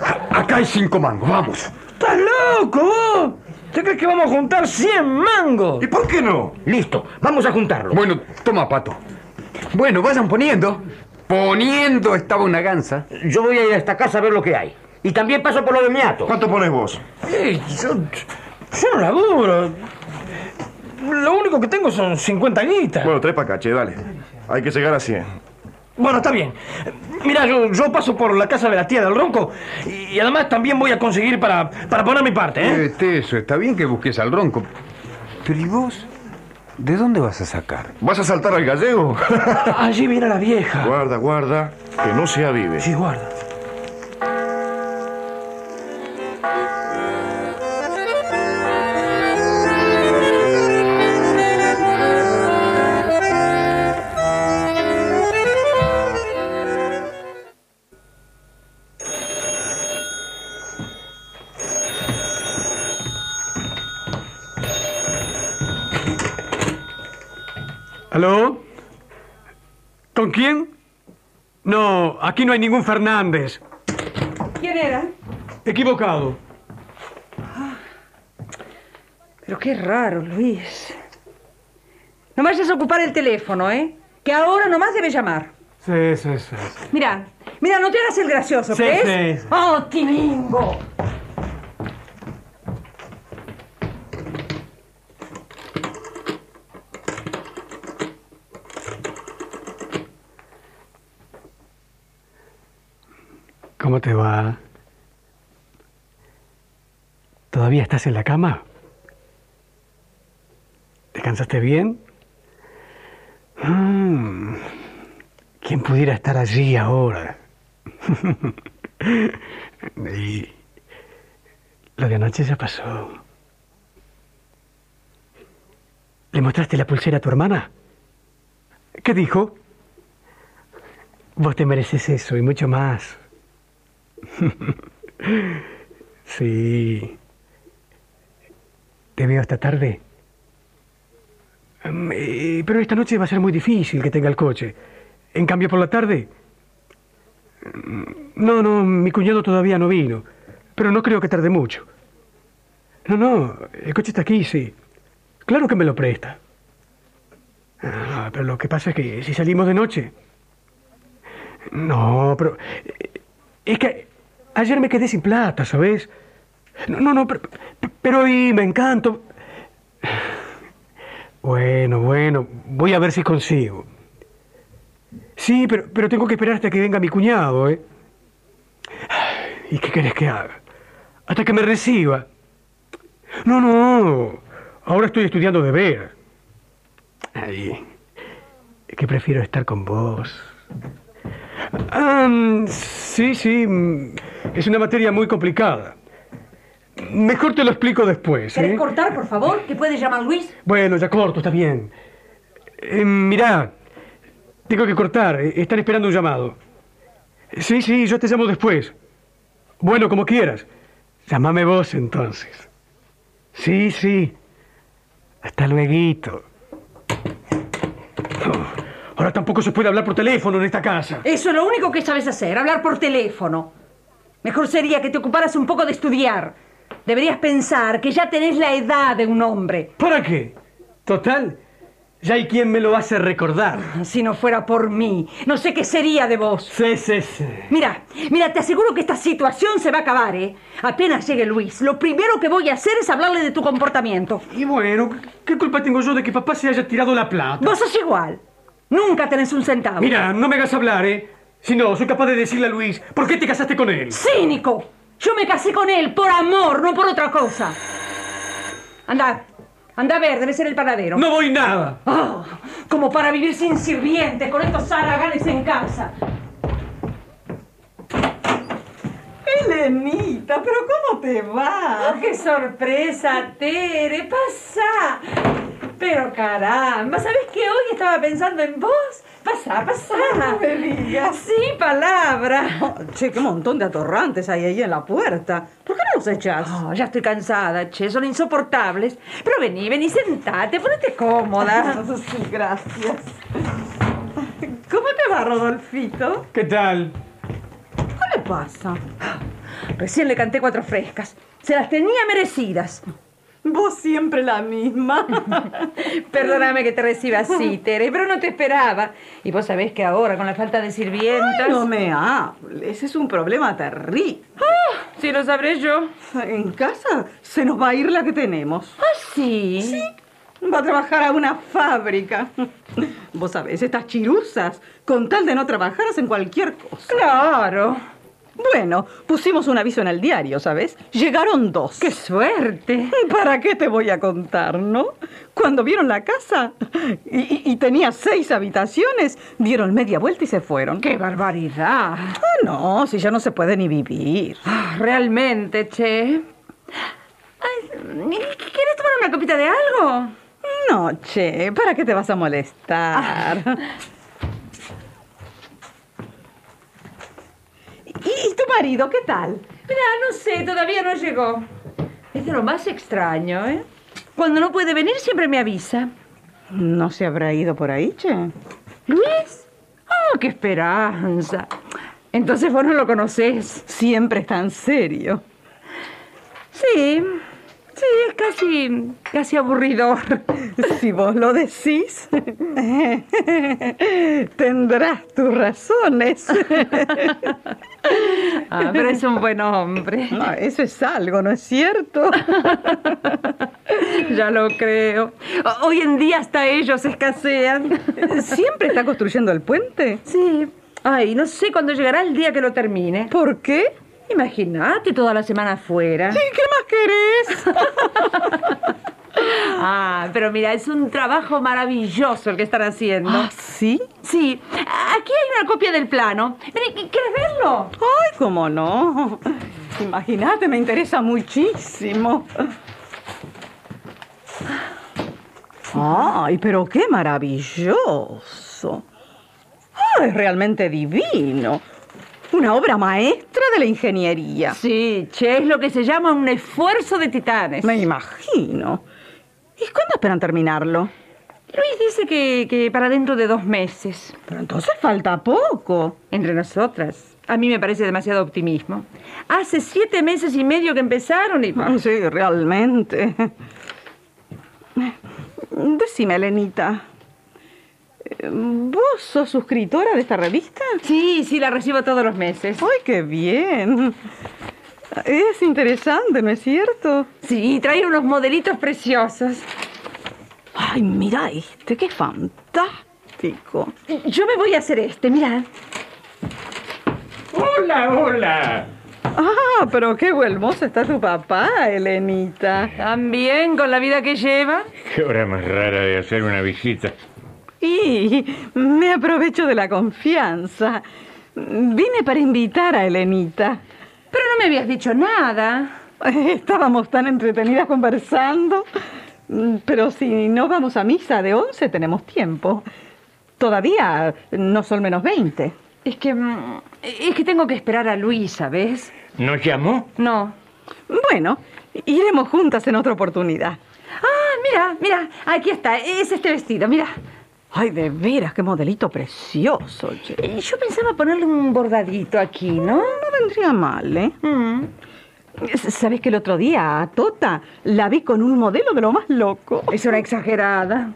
Speaker 5: A- Acá hay cinco mangos, vamos.
Speaker 7: ¡Estás loco vos! ¿Te crees que vamos a juntar 100 mangos?
Speaker 8: ¿Y por qué no?
Speaker 10: Listo, vamos a juntarlo.
Speaker 5: Bueno, toma, pato. Bueno, vayan poniendo. Poniendo estaba una ganza.
Speaker 10: Yo voy a ir a esta casa a ver lo que hay. Y también paso por lo de Miato.
Speaker 8: ¿Cuánto pones vos?
Speaker 7: Eh, yo, yo no laburo. Lo único que tengo son 50 guitas.
Speaker 8: Bueno, trae para acá, che, dale. Hay que llegar a 100.
Speaker 7: Bueno, está bien. Mira, yo, yo paso por la casa de la tía del Ronco y, y además también voy a conseguir para, para poner mi parte, ¿eh?
Speaker 5: este, eso, está bien que busques al ronco. Pero ¿y vos? ¿De dónde vas a sacar?
Speaker 8: ¿Vas a saltar al gallego?
Speaker 7: Allí viene la vieja.
Speaker 8: guarda, guarda, que no se avive.
Speaker 7: Sí, guarda.
Speaker 16: ¿Aló? ¿Con quién? No, aquí no hay ningún Fernández.
Speaker 17: ¿Quién era?
Speaker 16: Equivocado.
Speaker 1: Pero qué raro, Luis. No vayas a ocupar el teléfono, ¿eh? Que ahora nomás debe llamar.
Speaker 16: Sí, sí, sí.
Speaker 1: Mira, mira, no te hagas el gracioso,
Speaker 16: Sí, sí,
Speaker 1: ¿crees?
Speaker 16: sí.
Speaker 1: ¡Oh, tilingo!
Speaker 16: ¿Cómo te va? ¿Todavía estás en la cama? ¿Descansaste bien? Mm, ¿Quién pudiera estar allí ahora? y lo de anoche ya pasó. ¿Le mostraste la pulsera a tu hermana? ¿Qué dijo? Vos te mereces eso y mucho más. Sí. Te veo esta tarde. Mm, eh, Pero esta noche va a ser muy difícil que tenga el coche. En cambio, por la tarde... mm, No, no, mi cuñado todavía no vino. Pero no creo que tarde mucho. No, no, el coche está aquí, sí. Claro que me lo presta. Ah, pero lo que pasa es que si salimos de noche... No, pero... eh, Es que Ayer me quedé sin plata, ¿sabes? No, no, no, pero, pero hoy me encanto. Bueno, bueno, voy a ver si consigo. Sí, pero, pero tengo que esperar hasta que venga mi cuñado, ¿eh? ¿Y qué querés que haga? Hasta que me reciba. No, no, ahora estoy estudiando de ver. Ay, que prefiero estar con vos. Ah, mm, sí, sí. mm, Es una materia muy complicada. Mejor te lo explico después. ¿eh?
Speaker 1: ¿Querés cortar, por favor? ¿Que puedes llamar Luis?
Speaker 16: Bueno, ya corto, está bien. Eh, mirá, tengo que cortar. eh, Están esperando un llamado. Sí, sí, yo te llamo después. Bueno, como quieras. Llámame vos entonces. Sí, sí. Hasta luego. ahora tampoco se puede hablar por teléfono en esta casa.
Speaker 1: Eso es lo único que sabes hacer, hablar por teléfono. Mejor sería que te ocuparas un poco de estudiar. Deberías pensar que ya tenés la edad de un hombre.
Speaker 16: ¿Para qué? Total, ya hay quien me lo hace recordar.
Speaker 1: Si no fuera por mí, no sé qué sería de vos.
Speaker 16: Sí, sí, sí.
Speaker 1: Mira, mira, te aseguro que esta situación se va a acabar, ¿eh? Apenas llegue Luis, lo primero que voy a hacer es hablarle de tu comportamiento.
Speaker 16: Y bueno, ¿qué culpa tengo yo de que papá se haya tirado la plata?
Speaker 1: Vos sos igual. Nunca tenés un centavo.
Speaker 16: Mira, no me hagas hablar, ¿eh? Si no, soy capaz de decirle a Luis, ¿por qué te casaste con él?
Speaker 1: ¡Cínico! Yo me casé con él por amor, no por otra cosa. Anda, anda a ver, debe ser el paradero.
Speaker 16: No voy nada.
Speaker 1: Ah, como para vivir sin sirviente con estos haraganes en casa.
Speaker 18: Helenita, pero ¿cómo te va?
Speaker 1: Ah, ¡Qué sorpresa, Tere! ¡Pasa! Pero caramba, ¿sabes qué? Hoy estaba pensando en vos. Pasá, pasá.
Speaker 18: No me digas. Oh,
Speaker 1: Sí, palabra.
Speaker 18: Che, qué montón de atorrantes hay ahí en la puerta. ¿Por qué no los echás?
Speaker 1: Oh, ya estoy cansada, che, son insoportables. Pero vení, vení, sentate, ponete cómoda.
Speaker 18: sí, gracias. ¿Cómo te va, Rodolfito?
Speaker 16: ¿Qué tal?
Speaker 18: ¿Qué le pasa?
Speaker 1: Recién le canté cuatro frescas. Se las tenía merecidas.
Speaker 18: Vos siempre la misma.
Speaker 1: Perdóname que te reciba así, Tere, pero no te esperaba. Y vos sabés que ahora, con la falta de sirvientas...
Speaker 18: Ay, no me hables, es un problema terrible.
Speaker 1: Ah, sí, lo sabré yo.
Speaker 18: En casa se nos va a ir la que tenemos.
Speaker 1: ¿Ah, sí?
Speaker 18: Sí, va a trabajar a una fábrica. Vos sabés, estas chirusas, con tal de no trabajar, hacen cualquier cosa.
Speaker 1: Claro.
Speaker 18: Bueno, pusimos un aviso en el diario, ¿sabes? Llegaron dos.
Speaker 1: ¡Qué suerte!
Speaker 18: ¿Para qué te voy a contar, no? Cuando vieron la casa y, y tenía seis habitaciones, dieron media vuelta y se fueron.
Speaker 1: ¡Qué barbaridad!
Speaker 18: Ah, no, si ya no se puede ni vivir.
Speaker 1: Ah, realmente, che. Ay, ¿Quieres tomar una copita de algo?
Speaker 18: No, che, ¿para qué te vas a molestar? Ah. ¿Y, tu marido qué tal?
Speaker 1: Mira, no sé, todavía no llegó. Es de lo más extraño, ¿eh? Cuando no puede venir siempre me avisa.
Speaker 18: ¿No se habrá ido por ahí, che? Ah,
Speaker 1: ¿Luis? ¡Oh, qué esperanza! Entonces vos no lo conocés.
Speaker 18: Siempre es tan serio.
Speaker 1: Sí, sí, es casi, casi aburridor.
Speaker 18: si vos lo decís, tendrás tus razones.
Speaker 1: Ah, pero es un buen hombre.
Speaker 18: Ah, eso es algo, ¿no es cierto?
Speaker 1: ya lo creo. Hoy en día hasta ellos escasean.
Speaker 18: ¿Siempre está construyendo el puente?
Speaker 1: Sí. Ay, no sé cuándo llegará el día que lo termine.
Speaker 18: ¿Por qué?
Speaker 1: Imagínate toda la semana afuera.
Speaker 18: Sí, ¿qué más querés?
Speaker 1: ah, pero mira, es un trabajo maravilloso el que están haciendo.
Speaker 18: ¿Ah, sí?
Speaker 1: Sí. Aquí hay una copia del plano. ¿Quieres verlo?
Speaker 18: Ay, cómo no. Imagínate, me interesa muchísimo. Ay, pero qué maravilloso. Ah, es realmente divino. Una obra maestra de la ingeniería.
Speaker 1: Sí, che, es lo que se llama un esfuerzo de titanes.
Speaker 18: Me imagino. ¿Y cuándo esperan terminarlo?
Speaker 1: Luis dice que, que, para dentro de dos meses.
Speaker 18: Pero entonces falta poco.
Speaker 1: Entre nosotras. A mí me parece demasiado optimismo. Hace siete meses y medio que empezaron y...
Speaker 18: Sí, realmente. Decime, Elenita. ¿Vos sos suscriptora de esta revista?
Speaker 1: Sí, sí, la recibo todos los meses.
Speaker 18: ¡Ay, qué bien! Es interesante, ¿no es cierto?
Speaker 1: Sí, trae unos modelitos preciosos.
Speaker 18: Ay, mira este, qué fantástico.
Speaker 1: Yo me voy a hacer este, mira.
Speaker 4: Hola, hola.
Speaker 18: Ah, pero qué hermoso está tu papá, Elenita.
Speaker 1: También con la vida que lleva.
Speaker 4: Qué hora más rara de hacer una visita.
Speaker 18: Y me aprovecho de la confianza. Vine para invitar a Elenita.
Speaker 1: Pero no me habías dicho nada.
Speaker 18: Estábamos tan entretenidas conversando. Pero si no vamos a misa de 11 tenemos tiempo. Todavía no son menos 20.
Speaker 1: Es que... mm, Es que tengo que esperar a Luis, ¿sabes?
Speaker 4: ¿No llamó?
Speaker 1: No.
Speaker 18: Bueno, iremos juntas en otra oportunidad.
Speaker 1: Ah, mira, mira, aquí está. Es este vestido, mira.
Speaker 18: Ay, de veras, qué modelito precioso, che.
Speaker 1: Yo pensaba ponerle un bordadito aquí, ¿no?
Speaker 18: No vendría mal, ¿eh?
Speaker 1: Mm.
Speaker 18: ¿Sabes que el otro día a Tota la vi con un modelo de lo más loco? Es una exagerada.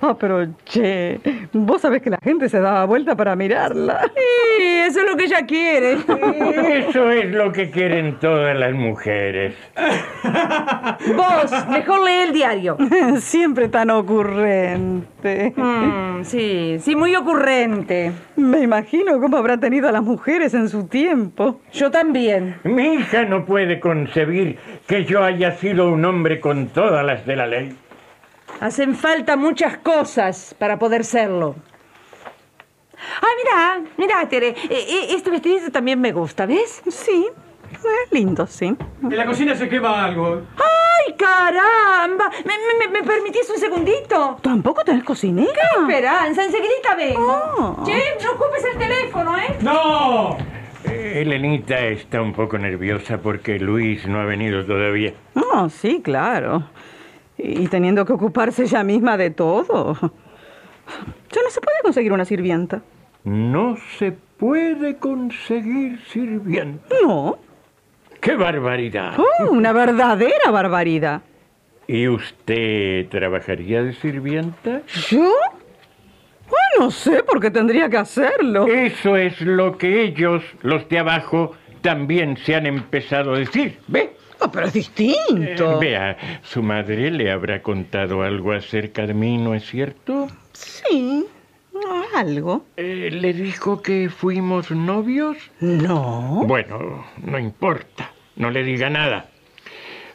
Speaker 18: Ah, pero che, vos sabés que la gente se daba vuelta para mirarla.
Speaker 1: Sí, eso es lo que ella quiere.
Speaker 4: Eso es lo que quieren todas las mujeres.
Speaker 1: Vos, mejor lee el diario.
Speaker 18: Siempre tan ocurrente.
Speaker 1: Mm. sí, sí, muy ocurrente.
Speaker 18: Me imagino cómo habrá tenido a las mujeres en su tiempo.
Speaker 1: Yo también.
Speaker 4: Mi hija no puede concebir que yo haya sido un hombre con todas las de la ley.
Speaker 1: Hacen falta muchas cosas para poder serlo. Ah, mira, mira, Tere, este vestidito también me gusta, ¿ves?
Speaker 18: Sí, es lindo, sí.
Speaker 16: En la cocina se quema algo.
Speaker 1: ¡Ay, caramba! ¿Me, me- me- me permitís un segundito?
Speaker 18: ¿Tampoco tenés cocinera?
Speaker 1: ¡Qué esperanza! Enseguidita vengo.
Speaker 18: Oh.
Speaker 1: Che, no ocupes el teléfono, ¿eh?
Speaker 16: ¡No!
Speaker 4: Eh, Helenita está un poco nerviosa porque Luis no ha venido todavía.
Speaker 18: No, sí, claro. Y y teniendo que ocuparse ella misma de todo. Ya no se puede conseguir una sirvienta.
Speaker 4: No se puede conseguir sirvienta.
Speaker 18: No.
Speaker 4: ¡Qué barbaridad!
Speaker 18: Oh, una verdadera barbaridad.
Speaker 4: ¿Y usted trabajaría de sirvienta?
Speaker 18: ¿Yo? Bueno, no sé por qué tendría que hacerlo.
Speaker 4: Eso es lo que ellos, los de abajo, también se han empezado a decir. ¿Ve?
Speaker 18: Oh, pero es
Speaker 4: Eh,
Speaker 18: distinto.
Speaker 4: vea, su madre le habrá contado algo acerca de mí, ¿no es cierto?
Speaker 18: Sí, algo.
Speaker 4: Eh, ¿Le dijo que fuimos novios?
Speaker 18: No.
Speaker 4: Bueno, no importa, no le diga nada.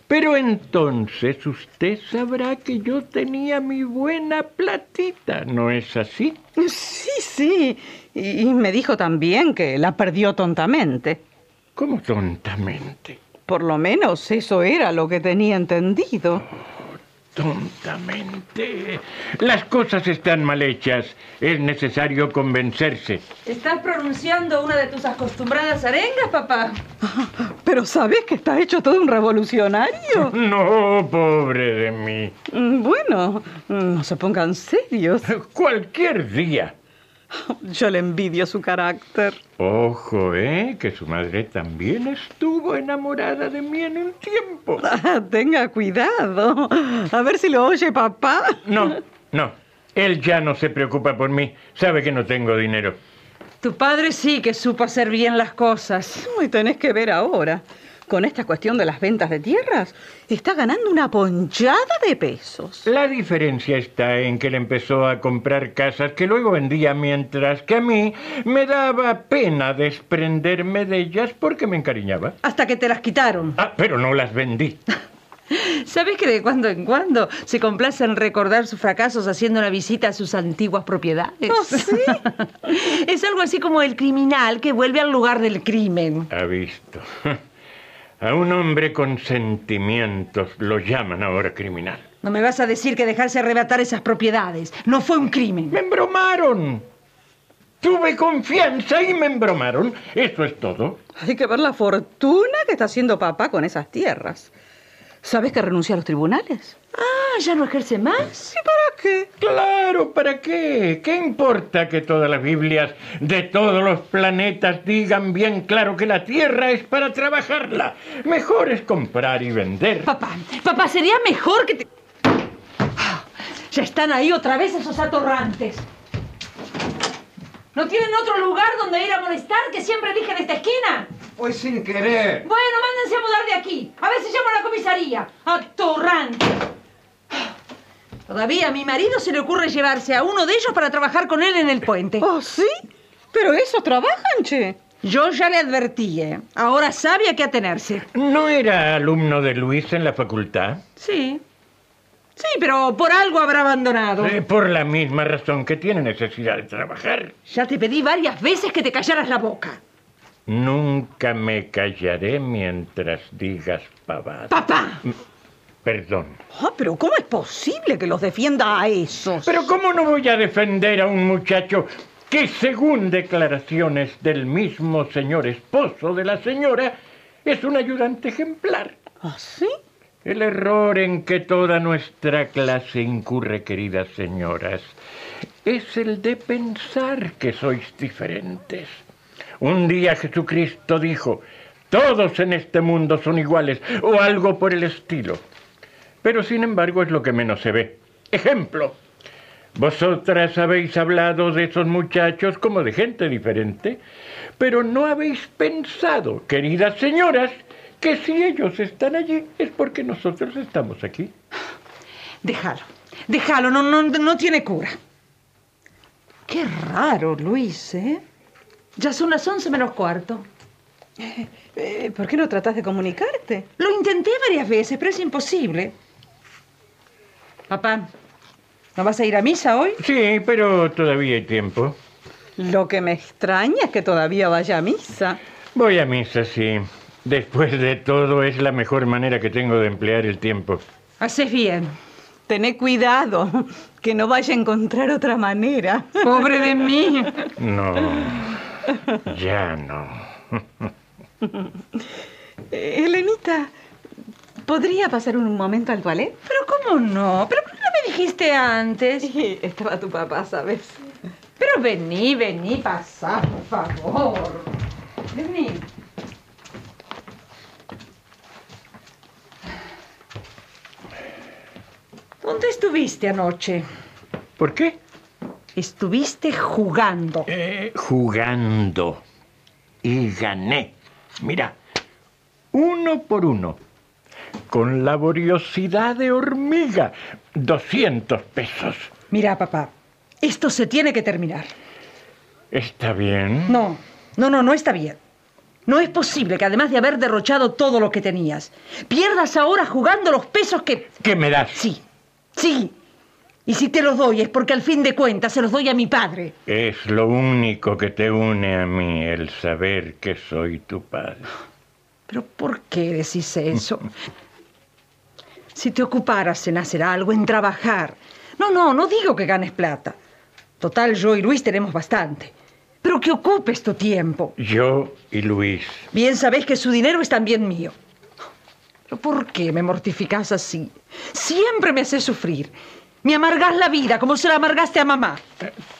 Speaker 4: Pero entonces usted sabrá que yo tenía mi buena platita, ¿no es así?
Speaker 18: Sí, sí. Y, y me dijo también que la perdió tontamente.
Speaker 4: ¿Cómo tontamente?
Speaker 18: Por lo menos eso era lo que tenía entendido.
Speaker 4: Tontamente. Las cosas están mal hechas. Es necesario convencerse.
Speaker 1: ¿Estás pronunciando una de tus acostumbradas arengas, papá?
Speaker 18: Pero ¿sabés que está hecho todo un revolucionario?
Speaker 4: No, pobre de mí.
Speaker 18: Mm, Bueno, mm, no se pongan serios.
Speaker 4: Cualquier día.
Speaker 18: Yo le envidio su carácter.
Speaker 4: Ojo, ¿eh? Que su madre también estuvo enamorada de mí en un tiempo.
Speaker 18: Ah, Tenga cuidado. A ver si lo oye papá.
Speaker 4: No, no. Él ya no se preocupa por mí. Sabe que no tengo dinero.
Speaker 1: Tu padre sí que supo hacer bien las cosas.
Speaker 18: Y tenés que ver ahora. Con esta cuestión de las ventas de tierras, está ganando una ponchada de pesos.
Speaker 4: La diferencia está en que él empezó a comprar casas que luego vendía, mientras que a mí me daba pena desprenderme de ellas porque me encariñaba.
Speaker 1: Hasta que te las quitaron.
Speaker 4: Ah, pero no las vendí.
Speaker 1: ¿Sabes que de cuando en cuando se complace en recordar sus fracasos haciendo una visita a sus antiguas propiedades? es algo así como el criminal que vuelve al lugar del crimen.
Speaker 4: Ha visto. A un hombre con sentimientos lo llaman ahora criminal.
Speaker 1: No me vas a decir que dejarse arrebatar esas propiedades no fue un crimen.
Speaker 4: Me embromaron. Tuve confianza y me embromaron. Eso es todo.
Speaker 18: Hay que ver la fortuna que está haciendo papá con esas tierras. ¿Sabes que renuncia a los tribunales?
Speaker 1: Ah, ¿ya no ejerce más?
Speaker 18: ¿Y para qué?
Speaker 4: Claro, ¿para qué? ¿Qué importa que todas las Biblias de todos los planetas digan bien claro que la Tierra es para trabajarla? Mejor es comprar y vender.
Speaker 1: Papá, papá, sería mejor que te... Ah, Ya están ahí otra vez esos atorrantes. ¿No tienen otro lugar donde ir a molestar que siempre eligen esta esquina?
Speaker 15: Pues sin querer.
Speaker 1: Bueno, mándense a mudar de aquí. A ver si llamo a la comisaría. Atorrante. Todavía a mi marido se le ocurre llevarse a uno de ellos para trabajar con él en el puente.
Speaker 18: ¿Oh, sí? Pero esos trabajan, che.
Speaker 1: Yo ya le advertí, ¿eh? Ahora sabe a qué atenerse.
Speaker 4: ¿No era alumno de Luis en la facultad?
Speaker 1: Sí. Sí, pero por algo habrá abandonado.
Speaker 4: Eh, por la misma razón que tiene necesidad de trabajar.
Speaker 1: Ya te pedí varias veces que te callaras la boca.
Speaker 4: Nunca me callaré mientras digas pavadas.
Speaker 18: ¡Papá!
Speaker 4: Perdón.
Speaker 18: Ah, pero ¿cómo es posible que los defienda a esos?
Speaker 4: Pero ¿cómo no voy a defender a un muchacho que según declaraciones del mismo señor esposo de la señora es un ayudante ejemplar?
Speaker 18: ¿Ah, sí?
Speaker 4: El error en que toda nuestra clase incurre, queridas señoras, es el de pensar que sois diferentes. Un día Jesucristo dijo, Todos en este mundo son iguales o algo por el estilo. Pero sin embargo es lo que menos se ve. Ejemplo. Vosotras habéis hablado de esos muchachos como de gente diferente, pero no habéis pensado, queridas señoras, que si ellos están allí es porque nosotros estamos aquí.
Speaker 1: Déjalo, déjalo, no, no, no tiene cura. Qué raro, Luis, ¿eh? Ya son las once menos cuarto.
Speaker 18: Eh, ¿Por qué no tratás de comunicarte?
Speaker 1: Lo intenté varias veces, pero es imposible. Papá, ¿no vas a ir a misa hoy?
Speaker 4: Sí, pero todavía hay tiempo.
Speaker 18: Lo que me extraña es que todavía vaya a misa.
Speaker 4: Voy a misa, sí. Después de todo es la mejor manera que tengo de emplear el tiempo.
Speaker 1: Haces bien.
Speaker 18: Tené cuidado, que no vaya a encontrar otra manera.
Speaker 1: Pobre de mí.
Speaker 4: No. Ya no.
Speaker 18: Eh, Helenita, ¿podría pasar un momento al toilet?
Speaker 1: Pero ¿cómo no? ¿Pero por qué no me dijiste antes?
Speaker 18: Estaba tu papá, ¿sabes?
Speaker 1: Pero vení, vení, pasá, por favor. Vení. ¿Dónde estuviste anoche?
Speaker 4: ¿Por qué? Eh.
Speaker 1: Estuviste jugando.
Speaker 4: Jugando. Y gané. Mira, uno por uno. Con laboriosidad de hormiga. 200 pesos.
Speaker 1: Mira, papá, esto se tiene que terminar.
Speaker 4: Está bien.
Speaker 1: No, no, no, no está bien. No es posible que además de haber derrochado todo lo que tenías, pierdas ahora jugando los pesos que...
Speaker 4: ¿Qué me das?
Speaker 1: Sí, sí. Y si te los doy es porque al fin de cuentas se los doy a mi padre.
Speaker 4: Es lo único que te une a mí, el saber que soy tu padre.
Speaker 1: Pero ¿por qué decís eso? si te ocuparas en hacer algo, en trabajar. No, no, no digo que ganes plata. Total, yo y Luis tenemos bastante. Pero que ocupes tu tiempo.
Speaker 4: Yo y Luis.
Speaker 1: Bien sabés que su dinero es también mío. ¿Pero por qué me mortificás así? Siempre me haces sufrir. Me amargás la vida como se la amargaste a mamá.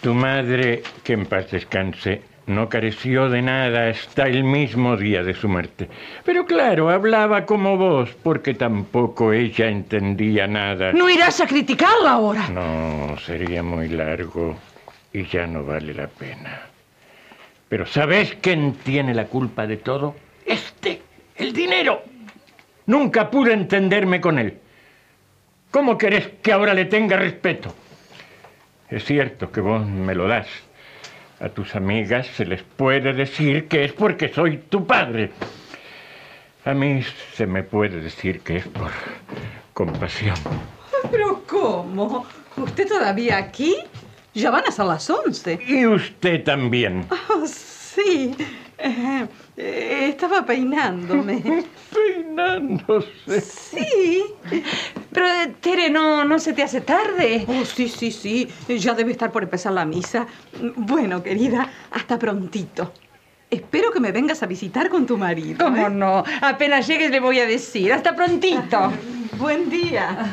Speaker 4: Tu madre, que en paz descanse, no careció de nada hasta el mismo día de su muerte. Pero claro, hablaba como vos, porque tampoco ella entendía nada.
Speaker 1: No irás a criticarla ahora.
Speaker 4: No, sería muy largo y ya no vale la pena. Pero ¿sabés quién tiene la culpa de todo? Este, el dinero. Nunca pude entenderme con él. ¿Cómo querés que ahora le tenga respeto? Es cierto que vos me lo das. A tus amigas se les puede decir que es porque soy tu padre. A mí se me puede decir que es por compasión.
Speaker 18: Pero ¿cómo? ¿Usted todavía aquí? Ya van a ser las once.
Speaker 4: Y usted también.
Speaker 18: Oh, sí. Eh, eh, estaba peinándome.
Speaker 4: Peinándose.
Speaker 18: Sí.
Speaker 1: Pero, eh, Tere, ¿no, ¿no se te hace tarde?
Speaker 18: Oh, sí, sí, sí. Ya debe estar por empezar la misa. Bueno, querida, hasta prontito. Espero que me vengas a visitar con tu marido. ¿eh?
Speaker 1: ¿Cómo no? Apenas llegues le voy a decir. Hasta prontito.
Speaker 18: Buen día.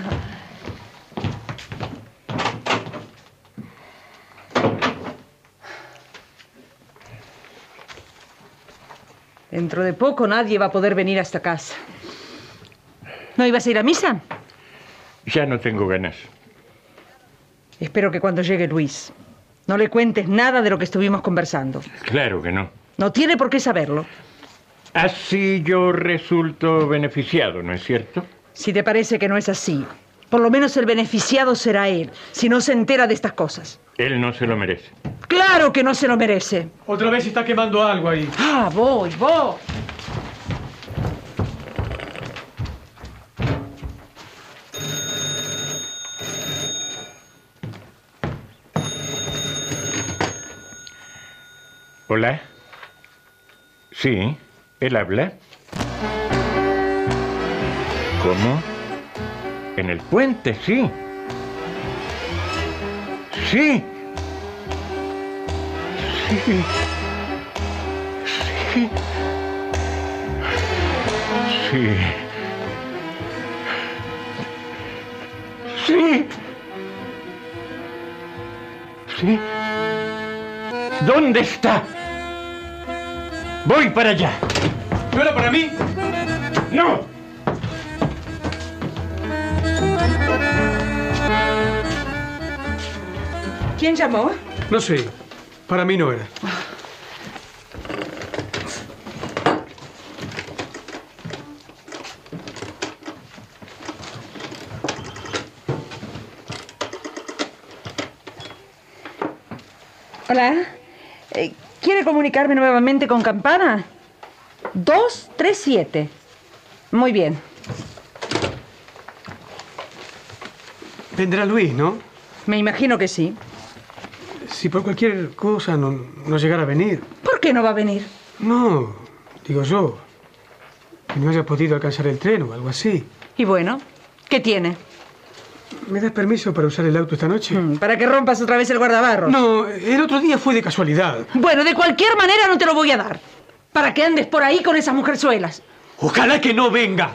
Speaker 1: Dentro de poco nadie va a poder venir a esta casa. ¿No ibas a ir a misa?
Speaker 4: Ya no tengo ganas.
Speaker 1: Espero que cuando llegue Luis no le cuentes nada de lo que estuvimos conversando.
Speaker 4: Claro que no.
Speaker 1: No tiene por qué saberlo.
Speaker 4: Así yo resulto beneficiado, ¿no es cierto?
Speaker 1: Si te parece que no es así, por lo menos el beneficiado será él, si no se entera de estas cosas.
Speaker 4: Él no se lo merece.
Speaker 1: Claro que no se lo merece.
Speaker 16: Otra vez está quemando algo ahí.
Speaker 1: Ah, voy, voy.
Speaker 4: Hola. Sí, él habla. ¿Cómo? En el puente, sí. Sí. Sí. Sí. Sí. Sí. Sí. ¿Dónde está? Voy para allá.
Speaker 15: ¿No era para mí?
Speaker 4: ¡No!
Speaker 18: ¿Quién llamó?
Speaker 16: No sé, para mí no era.
Speaker 1: Hola. Eh, ¿Quiere comunicarme nuevamente con Campana? 237. Muy bien.
Speaker 16: Vendrá Luis, ¿no?
Speaker 1: Me imagino que sí.
Speaker 16: Si por cualquier cosa no, no llegara a venir.
Speaker 1: ¿Por qué no va a venir?
Speaker 16: No, digo yo. Que no haya podido alcanzar el tren o algo así.
Speaker 1: Y bueno, ¿qué tiene?
Speaker 16: ¿Me das permiso para usar el auto esta noche?
Speaker 1: Mm, ¿Para que rompas otra vez el guardabarros?
Speaker 16: No, el otro día fue de casualidad.
Speaker 1: Bueno, de cualquier manera no te lo voy a dar. Para que andes por ahí con esas mujerzuelas.
Speaker 16: Ojalá que no venga.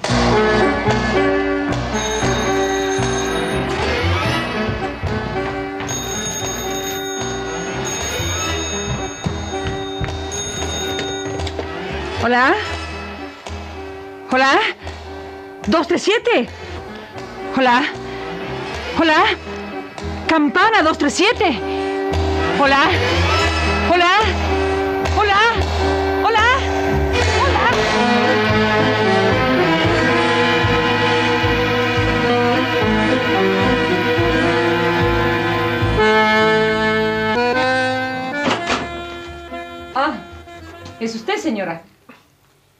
Speaker 1: ¿Hola? ¿Hola? ¿237? ¿Hola? ¿Hola? ¿Campana 237? ¿Hola? ¿Hola? ¿Hola? ¿Hola? Ah, es usted, señora.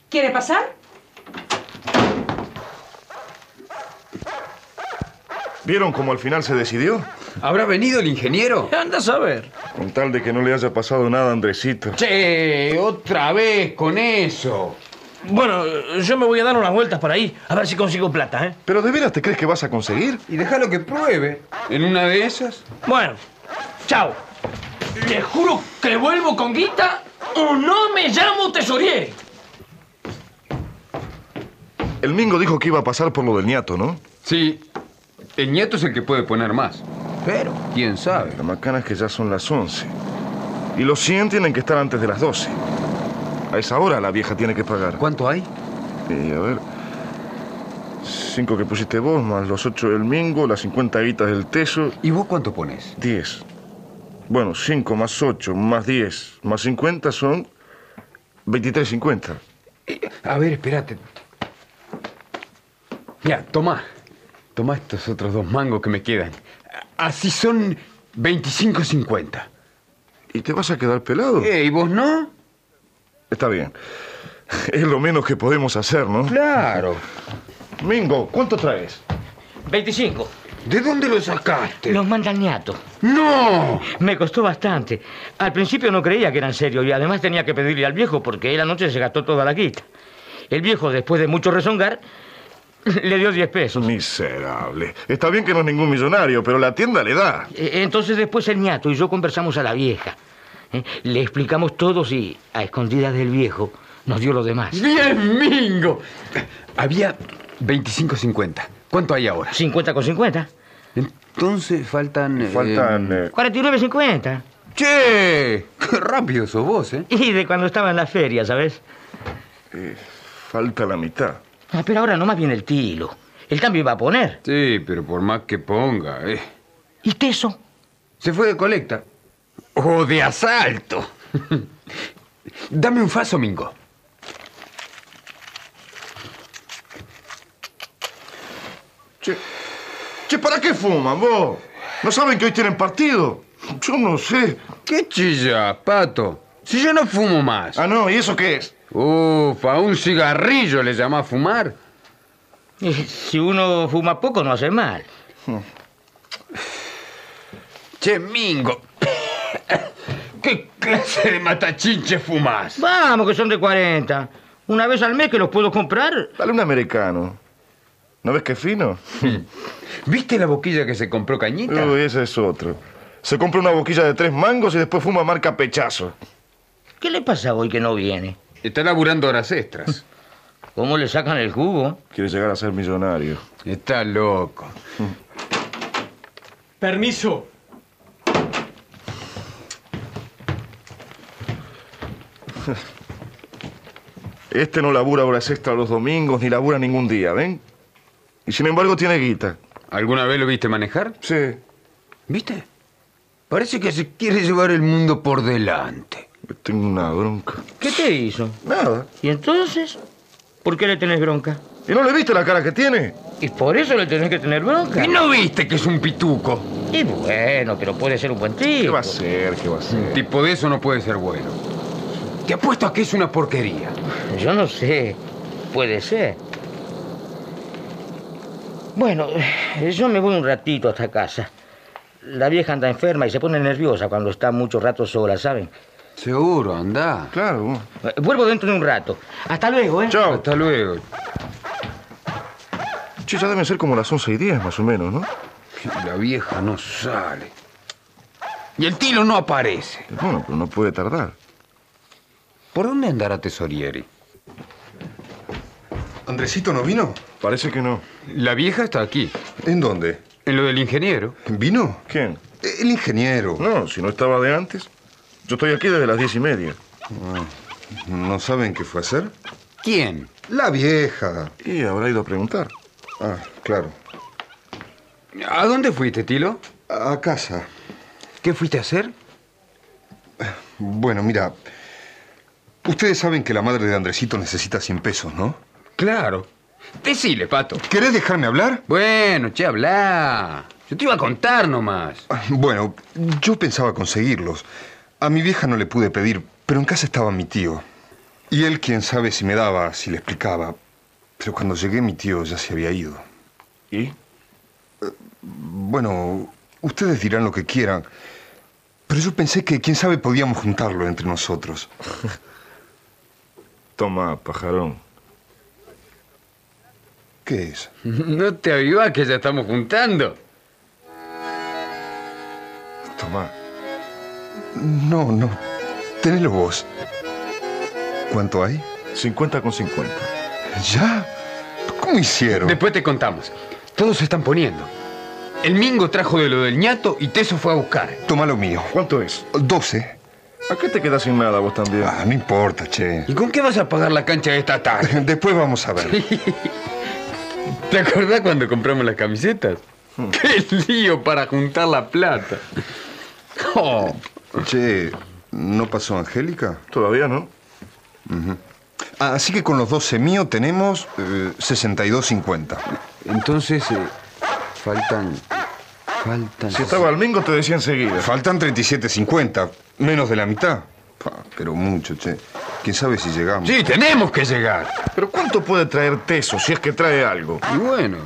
Speaker 1: ¿Quiere pasar?
Speaker 8: ¿Vieron cómo al final se decidió?
Speaker 5: ¿Habrá venido el ingeniero?
Speaker 7: Anda a saber.
Speaker 8: Con tal de que no le haya pasado nada a Andresito.
Speaker 5: Che, otra vez con eso.
Speaker 7: Bueno, yo me voy a dar unas vueltas por ahí, a ver si consigo plata, ¿eh?
Speaker 8: ¿Pero de veras te crees que vas a conseguir?
Speaker 5: Y déjalo que pruebe. ¿En una de esas?
Speaker 7: Bueno, chao. Le juro que vuelvo con guita o no me llamo tesorier.
Speaker 8: El Mingo dijo que iba a pasar por lo del ñato, ¿no?
Speaker 5: Sí. El nieto es el que puede poner más. Pero, quién sabe.
Speaker 8: La macana es que ya son las 11. Y los 100 tienen que estar antes de las 12. A esa hora la vieja tiene que pagar.
Speaker 5: ¿Cuánto hay?
Speaker 8: Eh, a ver. Cinco que pusiste vos, más los ocho del Mingo, las 50 guitas del Teso.
Speaker 5: ¿Y vos cuánto pones?
Speaker 8: 10. Bueno, 5 más 8 más 10 más 50 son 23.50.
Speaker 5: A ver, espérate. Ya, toma. Toma estos otros dos mangos que me quedan. Así son 25.50.
Speaker 8: ¿Y te vas a quedar pelado?
Speaker 5: Eh, ¿Y vos no?
Speaker 8: Está bien. Es lo menos que podemos hacer, ¿no?
Speaker 5: Claro.
Speaker 8: Mingo, ¿cuánto traes?
Speaker 10: 25.
Speaker 5: ¿De dónde lo sacaste?
Speaker 10: Los mandañatos.
Speaker 5: ¡No!
Speaker 10: Me costó bastante. Al principio no creía que eran serios y además tenía que pedirle al viejo porque él anoche se gastó toda la guita. El viejo, después de mucho rezongar, le dio 10 pesos.
Speaker 8: Miserable. Está bien que no es ningún millonario, pero la tienda le da.
Speaker 10: Eh, Entonces después el ñato y yo conversamos a la vieja. Eh, Le explicamos todos y a escondidas del viejo nos dio lo demás.
Speaker 5: ¡Bien, Mingo! Había 25.50. ¿Cuánto hay ahora?
Speaker 10: 50 con 50.
Speaker 5: Entonces faltan. eh,
Speaker 8: Faltan. eh,
Speaker 10: 49.50.
Speaker 5: ¡Che! ¡Qué rápido sos vos, eh!
Speaker 10: Y de cuando estaba en la feria, ¿sabes?
Speaker 8: eh, falta la mitad.
Speaker 10: Ah, pero ahora nomás viene el tilo. El cambio iba a poner.
Speaker 5: Sí, pero por más que ponga, eh.
Speaker 10: ¿Y teso?
Speaker 5: Se fue de colecta. O de asalto. Dame un faso, Mingo.
Speaker 8: Che, che, ¿para qué fuman vos? ¿No saben que hoy tienen partido? Yo no sé.
Speaker 5: ¿Qué chilla, pato? Si yo no fumo más.
Speaker 8: Ah, no, ¿y eso qué es?
Speaker 5: Ufa, un cigarrillo le llama fumar.
Speaker 10: Eh, Si uno fuma poco no hace mal.
Speaker 8: Hmm.
Speaker 5: Che, Mingo. ¿Qué clase de matachinche fumás?
Speaker 10: Vamos, que son de 40. Una vez al mes que los puedo comprar.
Speaker 8: Dale un americano. ¿No ves qué fino?
Speaker 5: ¿Viste la boquilla que se compró Cañita?
Speaker 8: Uy, ese es otro. Se compra una boquilla de tres mangos y después fuma marca pechazo.
Speaker 10: ¿Qué le pasa hoy que no viene?
Speaker 5: Está laburando horas extras.
Speaker 10: ¿Cómo le sacan el jugo?
Speaker 8: Quiere llegar a ser millonario.
Speaker 5: Está loco.
Speaker 16: Permiso.
Speaker 8: Este no labura horas extra los domingos, ni labura ningún día, ¿ven? Y sin embargo tiene guita.
Speaker 5: ¿Alguna vez lo viste manejar?
Speaker 8: Sí.
Speaker 5: ¿Viste? Parece que se quiere llevar el mundo por delante.
Speaker 8: Tengo una bronca.
Speaker 10: ¿Qué te hizo?
Speaker 8: Nada.
Speaker 10: ¿Y entonces? ¿Por qué le tenés bronca?
Speaker 8: ¿Y no le viste la cara que tiene?
Speaker 10: Y por eso le tenés que tener bronca.
Speaker 5: ¿Y no viste que es un pituco?
Speaker 10: Y bueno, pero puede ser un buen tipo.
Speaker 8: ¿Qué va a ser? ¿Qué va a ser?
Speaker 5: Un tipo de eso no puede ser bueno. Te apuesto a que es una porquería.
Speaker 10: Yo no sé. Puede ser. Bueno, eh, yo me voy un ratito hasta casa. La vieja anda enferma y se pone nerviosa cuando está mucho rato sola, ¿saben? Eh,
Speaker 5: Seguro, anda.
Speaker 8: Claro.
Speaker 10: Vuelvo dentro de un rato. Hasta luego, ¿eh?
Speaker 8: Chao.
Speaker 5: Hasta luego.
Speaker 8: Che, ya deben ser como las 11 y 10 más o menos, ¿no?
Speaker 5: La vieja Ah, no sale. Y el tilo no aparece.
Speaker 8: Bueno, pero no puede tardar.
Speaker 5: ¿Por dónde andará Tesorieri?
Speaker 13: ¿Andresito no vino?
Speaker 8: Parece que no.
Speaker 5: La vieja está aquí,
Speaker 13: ¿En dónde?
Speaker 5: en lo del ingeniero.
Speaker 13: ¿Vino?
Speaker 8: ¿Quién?
Speaker 13: El ingeniero.
Speaker 8: No, si no estaba de antes. Yo estoy aquí desde las diez y media.
Speaker 13: Ah, ¿No saben qué fue a hacer?
Speaker 5: ¿Quién?
Speaker 13: La vieja.
Speaker 8: Y habrá ido a preguntar.
Speaker 13: Ah, claro.
Speaker 5: ¿A dónde fuiste, Tilo?
Speaker 13: A casa.
Speaker 5: ¿Qué fuiste a hacer?
Speaker 13: Bueno, mira. Ustedes saben que la madre de Andresito necesita 100 pesos, ¿no?
Speaker 5: Claro. Decile, pato.
Speaker 13: ¿Querés dejarme hablar?
Speaker 5: Bueno, che, habla. Yo te iba a contar nomás.
Speaker 13: Bueno, yo pensaba conseguirlos. A mi vieja no le pude pedir, pero en casa estaba mi tío. Y él quién sabe si me daba, si le explicaba. Pero cuando llegué mi tío ya se había ido. Eh,
Speaker 8: ¿Y?
Speaker 13: Bueno, ustedes dirán lo que quieran, pero yo pensé que quién sabe podíamos juntarlo entre nosotros.
Speaker 8: Toma, pajarón.
Speaker 13: ¿Qué es?
Speaker 5: No te avivas que ya estamos juntando.
Speaker 13: Tomá. No, no. Tenelo vos. ¿Cuánto hay?
Speaker 8: 50 con 50.
Speaker 13: ¿Ya? ¿Cómo hicieron?
Speaker 5: Después te contamos. Todos se están poniendo. El Mingo trajo de lo del ñato y Teso fue a buscar.
Speaker 13: Toma lo mío.
Speaker 8: ¿Cuánto es?
Speaker 13: 12.
Speaker 8: ¿A qué te quedas sin nada vos también?
Speaker 13: Ah, no importa, che.
Speaker 5: ¿Y con qué vas a pagar la cancha de esta tarde?
Speaker 13: Después vamos a ver.
Speaker 5: ¿Te acordás cuando compramos las camisetas?
Speaker 13: Hmm.
Speaker 5: ¡Qué lío para juntar la plata! Oh,
Speaker 13: Che, ¿no pasó Angélica?
Speaker 8: Todavía no.
Speaker 13: Ah, así que con los 12 mío tenemos eh, 62.50.
Speaker 5: entonces eh, faltan. Faltan.
Speaker 8: Si estaba al mingo te decía enseguida.
Speaker 13: Faltan 37.50, menos de la mitad. Pa, pero mucho, che. ¿Quién sabe si llegamos?
Speaker 5: Sí, tenemos que llegar.
Speaker 8: Pero ¿cuánto puede traer Teso si es que trae algo?
Speaker 5: Y bueno,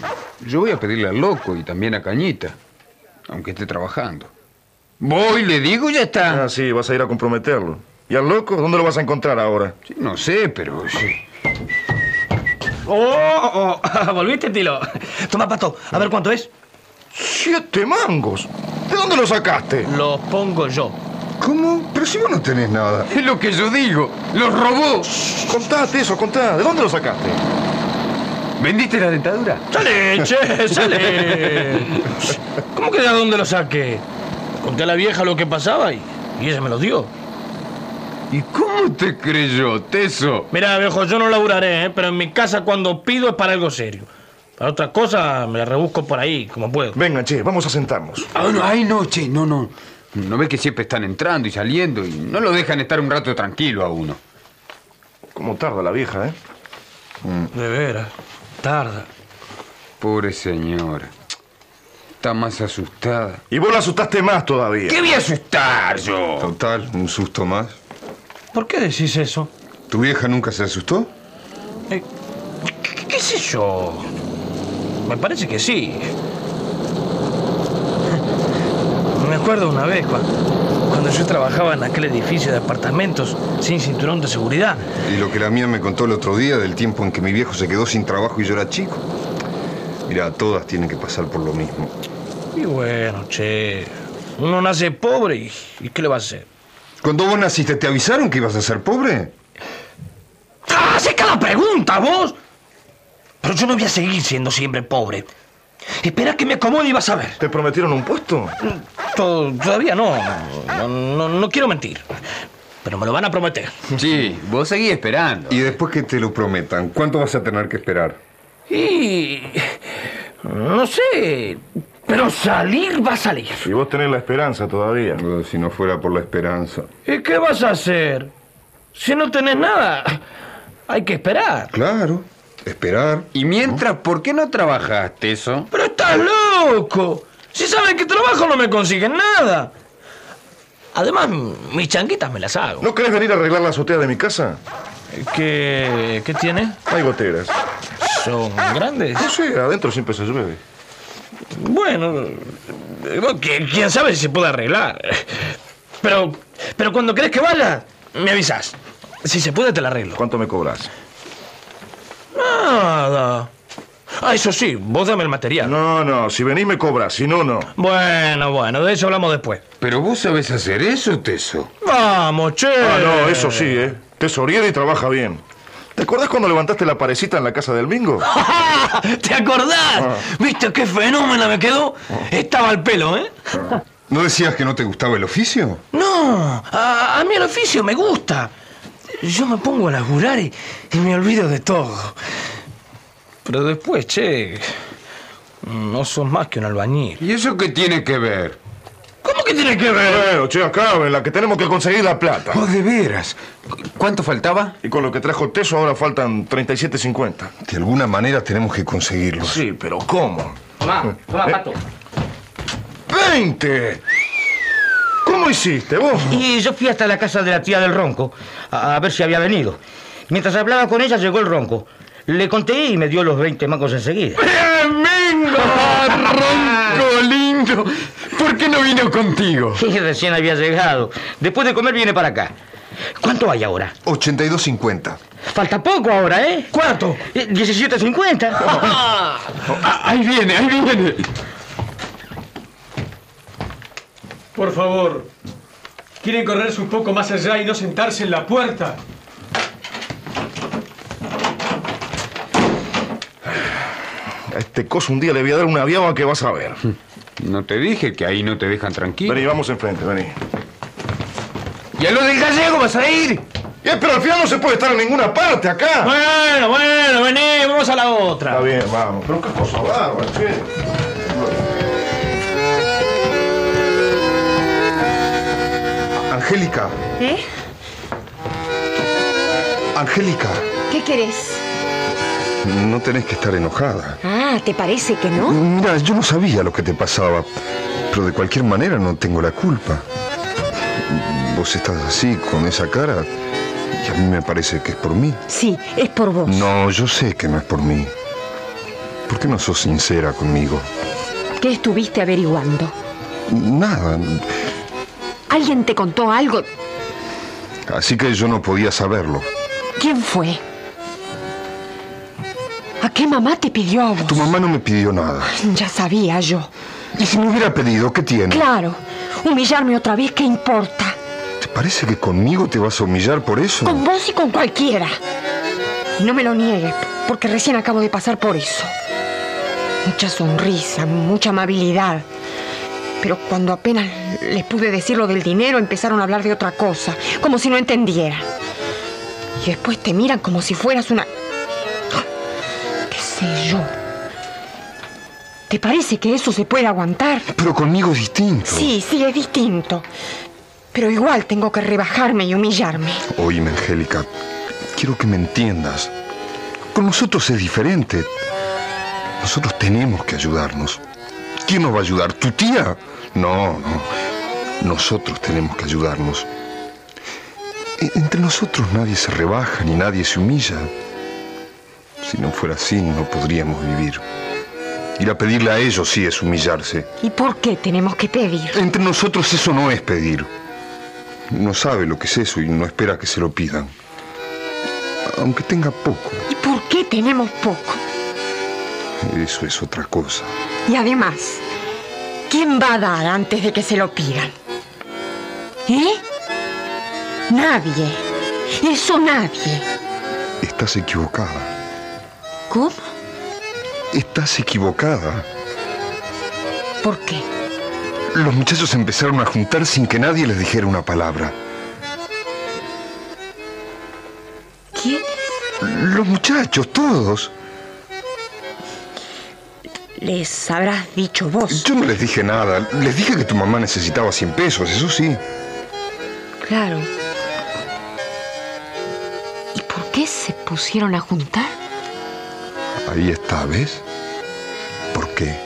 Speaker 5: yo voy a pedirle al loco y también a Cañita, aunque esté trabajando. Voy, le digo, y ya está.
Speaker 8: Ah, sí, vas a ir a comprometerlo. ¿Y al loco? ¿Dónde lo vas a encontrar ahora?
Speaker 5: Sí, no sé, pero sí.
Speaker 7: ¡Oh! oh. volviste Tilo? Toma, Pato, a ver cuánto es.
Speaker 8: ¡Siete mangos! ¿De dónde lo sacaste?
Speaker 7: Los pongo yo.
Speaker 13: ¿Cómo? Pero si vos no tenés nada.
Speaker 5: Es lo que yo digo. Los robó.
Speaker 8: Contate eso, contá. ¿De dónde lo sacaste?
Speaker 5: ¿Vendiste la dentadura?
Speaker 7: ¡Sale, che! ¡Sale! ¿Cómo que de dónde lo saqué? Conté a la vieja lo que pasaba y, y ella me los dio.
Speaker 5: ¿Y cómo te creyó, Teso?
Speaker 7: Mira, viejo, yo no laburaré, ¿eh? pero en mi casa cuando pido es para algo serio. Para otra cosa me la rebusco por ahí, como puedo.
Speaker 8: Venga, che, vamos a sentarnos.
Speaker 5: Ah, no, ay, no, che, no, no. No ves que siempre están entrando y saliendo y no lo dejan estar un rato tranquilo a uno.
Speaker 8: ¿Cómo tarda la vieja, eh?
Speaker 7: De veras, tarda.
Speaker 5: Mm. Pobre señora. Está más asustada.
Speaker 8: Y vos la asustaste más todavía.
Speaker 5: ¿Qué voy a asustar yo?
Speaker 13: Total, un susto más.
Speaker 7: ¿Por qué decís eso?
Speaker 13: ¿Tu vieja nunca se asustó?
Speaker 7: Eh, ¿qué, qué sé yo? Me parece que sí. Me acuerdo una vez cua- cuando yo trabajaba en aquel edificio de apartamentos sin cinturón de seguridad.
Speaker 13: Y lo que la mía me contó el otro día del tiempo en que mi viejo se quedó sin trabajo y yo era chico. Mira, todas tienen que pasar por lo mismo.
Speaker 7: Y bueno, che. Uno nace pobre y, y ¿qué le va a hacer?
Speaker 13: Cuando vos naciste, ¿te avisaron que ibas a ser pobre?
Speaker 7: ¡Hace ¡Ah, cada pregunta, vos! Pero yo no voy a seguir siendo siempre pobre. Espera que me acomode y vas a ver.
Speaker 8: ¿Te prometieron un puesto?
Speaker 7: To- Todavía no. No, no- no quiero mentir.
Speaker 19: pero me lo van a prometer.
Speaker 13: Sí, vos seguís esperando. Y después que te lo prometan, ¿cuánto vas a tener que esperar?
Speaker 4: Y... No sé, pero salir va a salir.
Speaker 8: Y vos tenés la esperanza todavía.
Speaker 13: si no fuera por la esperanza.
Speaker 7: ¿Y qué vas a hacer? Si no tenés nada, hay que esperar.
Speaker 13: Claro, esperar.
Speaker 19: Y mientras, ¿por qué no trabajaste eso?
Speaker 7: Pero estás loco. Si saben que trabajo no me consiguen nada. Además, mis changuitas me las hago.
Speaker 8: ¿No querés venir a arreglar la azotea de mi casa?
Speaker 7: ¿Qué, qué tiene?
Speaker 8: Hay goteras.
Speaker 7: ¿Son grandes?
Speaker 8: No sé, adentro siempre se llueve.
Speaker 7: Bueno, eh, bueno, qui- quién sabe si se puede arreglar. Pero, pero cuando crees que vaya, me avisas. Si se puede, te la arreglo.
Speaker 8: ¿Cuánto me cobras?
Speaker 7: Nada. Ah, eso sí, vos dame el material.
Speaker 8: No, no, si venís me cobras, si no, no.
Speaker 7: Bueno, bueno, de eso hablamos después.
Speaker 13: Pero vos sabés hacer eso, Teso.
Speaker 7: Vamos, che.
Speaker 8: Ah, no, eso sí, ¿eh? Tesoriero y trabaja bien. ¿Te acordás cuando levantaste la parecita en la casa del bingo?
Speaker 7: ¿Te acordás?
Speaker 4: Ah.
Speaker 7: ¿Viste qué fenómeno me
Speaker 8: Oh.
Speaker 7: quedó? Estaba al pelo, ¿eh?
Speaker 13: ¿No decías que no te gustaba el oficio?
Speaker 7: No, a, a mí el oficio me gusta. Yo me pongo a laburar y, y me olvido de todo. Pero después, che, no sos más que un albañil.
Speaker 5: ¿Y eso qué tiene que ver?
Speaker 7: ¿Cómo que tiene que ver?
Speaker 8: Bueno, che, acá, en la que tenemos que conseguir la plata.
Speaker 5: Oh, de veras. ¿Cuánto faltaba?
Speaker 8: Y con lo que trajo Teso ahora faltan 37.50.
Speaker 13: De alguna manera tenemos que conseguirlo.
Speaker 8: Sí, pero ¿cómo?
Speaker 5: Eh,
Speaker 10: Tomá, tomá, pato.
Speaker 8: ¡20! ¿Cómo hiciste vos?
Speaker 10: Y yo fui hasta la casa de la tía del Ronco a, a ver si había venido. Mientras hablaba con ella llegó el Ronco. Le conté y me dio los 20 mangos enseguida.
Speaker 5: ¡Eh,
Speaker 10: Ah.
Speaker 5: ¡Ronco lindo! ¿Por qué no vino contigo?
Speaker 10: Y recién había llegado. Después de comer viene para acá. ¿Cuánto hay ahora?
Speaker 13: 82.50.
Speaker 10: Falta poco ahora, ¿eh? ¿Cuánto? 17.50.
Speaker 18: Ah.
Speaker 5: Ah, ahí viene, ahí viene.
Speaker 20: Por favor, quieren correrse un poco más allá y no sentarse en la puerta.
Speaker 8: A este coso un día le voy a dar una viaba que vas a ver.
Speaker 5: No te dije que ahí no te dejan tranquilo.
Speaker 8: Vení, vamos enfrente, vení.
Speaker 5: ¿Y a lo del gallego vas a ir?
Speaker 8: pero al final no se puede estar en ninguna parte acá.
Speaker 7: Bueno, bueno, vení, vamos a la otra.
Speaker 8: Está bien, vamos. Pero qué cosa
Speaker 13: Ah,
Speaker 8: bárbara, che.
Speaker 13: Angélica,
Speaker 12: ¿Eh?
Speaker 13: Angélica,
Speaker 12: ¿Qué querés?
Speaker 13: no tenés que estar enojada.
Speaker 12: Ah, ¿te parece que no?
Speaker 13: Mira, yo no sabía lo que te pasaba, pero de cualquier manera no tengo la culpa. Vos estás así, con esa cara, y a mí me parece que es por mí.
Speaker 12: Sí, es por vos.
Speaker 13: No, yo sé que no es por mí. ¿Por qué no sos sincera conmigo?
Speaker 12: ¿Qué estuviste averiguando?
Speaker 13: Nada,
Speaker 12: ¿Alguien te contó algo?
Speaker 13: así que yo no podía saberlo.
Speaker 12: ¿Quién fue? ¿A qué mamá te pidió a vos?
Speaker 13: Tu mamá no me pidió nada.
Speaker 12: Ya sabía yo.
Speaker 13: Y si me hubiera pedido, ¿qué tiene?
Speaker 12: Claro. Humillarme otra vez, ¿qué importa?
Speaker 13: ¿Te parece que conmigo te vas a humillar por eso?
Speaker 12: Con vos y con cualquiera. Y no me lo niegues, porque recién acabo de pasar por eso. Mucha sonrisa, mucha amabilidad. Pero cuando apenas les pude decir lo del dinero, empezaron a hablar de otra cosa, como si no entendieran. Y después te miran como si fueras una... ¿Qué sé yo? ¿Te parece que eso se puede aguantar?
Speaker 13: Pero conmigo es distinto.
Speaker 12: Sí, sí, es distinto. Pero igual tengo que rebajarme y humillarme.
Speaker 13: Oíme, Angélica, quiero que me entiendas. Con nosotros es diferente. Nosotros tenemos que ayudarnos. ¿Quién nos va a ayudar? ¿Tu tía? No, no. Nosotros tenemos que ayudarnos. E- Entre nosotros nadie se rebaja ni nadie se humilla. Si no fuera así, no podríamos vivir. Ir a pedirle a ellos sí es humillarse.
Speaker 12: ¿Y por qué tenemos que pedir?
Speaker 13: Entre nosotros eso no es pedir. No sabe lo que es eso y no espera que se lo pidan. Aunque tenga poco,
Speaker 12: ¿Y por qué tenemos poco?
Speaker 13: eso es otra cosa.
Speaker 12: Y además, ¿quién va a dar antes de que se lo pidan? ¿Eh? Nadie. Eso nadie.
Speaker 13: Estás equivocada.
Speaker 12: ¿Cómo?
Speaker 13: Estás equivocada.
Speaker 12: ¿Por qué?
Speaker 13: Los muchachos empezaron a juntar sin que nadie les dijera una palabra. los muchachos, todos.
Speaker 12: Les habrás dicho vos.
Speaker 13: Yo no les dije nada. Les dije que tu mamá necesitaba 100 pesos, eso sí.
Speaker 12: Claro. ¿Y por qué se pusieron a juntar?
Speaker 13: Ahí está, ¿ves? ¿Por qué?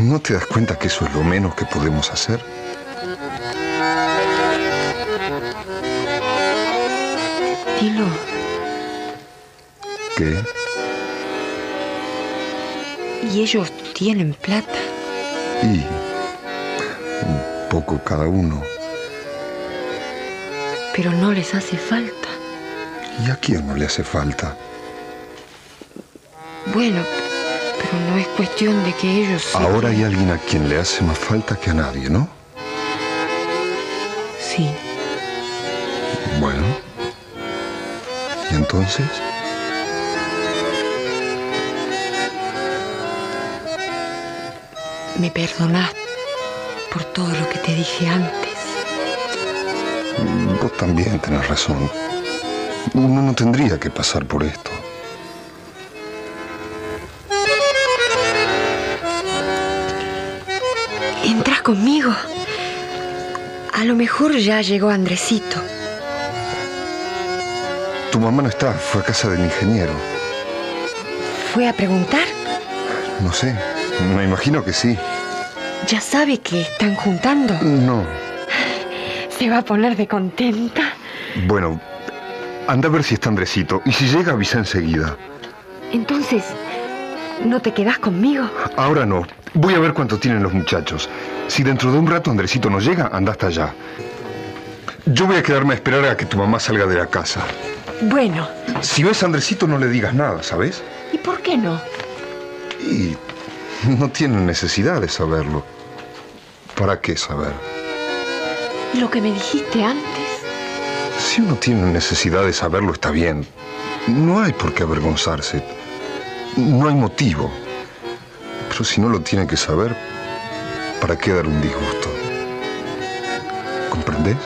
Speaker 13: ¿No te das cuenta que eso es lo menos que podemos hacer?
Speaker 12: Tilo,
Speaker 13: ¿Qué?
Speaker 12: ¿y ellos tienen plata?
Speaker 13: Y un poco cada uno.
Speaker 12: Pero no les hace falta.
Speaker 13: ¿Y a quién no le hace falta?
Speaker 12: Bueno, pero no es cuestión de que ellos... se-
Speaker 13: Ahora hay alguien a quien le hace más falta que a nadie, ¿no?
Speaker 12: Sí.
Speaker 13: Bueno. ¿Y entonces?
Speaker 12: Me perdonás por todo lo que te dije antes.
Speaker 13: Vos también tenés razón. Uno no tendría que pasar por esto.
Speaker 12: ¿Entras conmigo? A lo mejor ya llegó Andresito.
Speaker 13: Tu mamá no está, fue a casa del ingeniero.
Speaker 12: ¿Fue a preguntar?
Speaker 13: No sé, me imagino que sí.
Speaker 12: ¿Ya sabe que están juntando?
Speaker 13: No.
Speaker 12: Se va a poner de contenta.
Speaker 13: Bueno, anda a ver si está Andresito. Y si llega, avisa enseguida.
Speaker 12: Entonces, ¿no te quedás conmigo?
Speaker 13: Ahora no. Voy a ver cuánto tienen los muchachos. Si dentro de un rato Andresito no llega, anda hasta allá. Yo voy a quedarme a esperar a que tu mamá salga de la casa.
Speaker 12: Bueno,
Speaker 13: Si ves a Andresito, no le digas nada, ¿sabes?
Speaker 12: ¿y por qué no?
Speaker 13: Y no tienen necesidad de saberlo. ¿Para qué saber?
Speaker 12: Lo que me dijiste antes.
Speaker 13: Si uno tiene necesidad de saberlo, está bien. No hay por qué avergonzarse. No hay motivo. Pero si no lo tiene que saber, ¿para qué dar un disgusto? ¿Comprendés?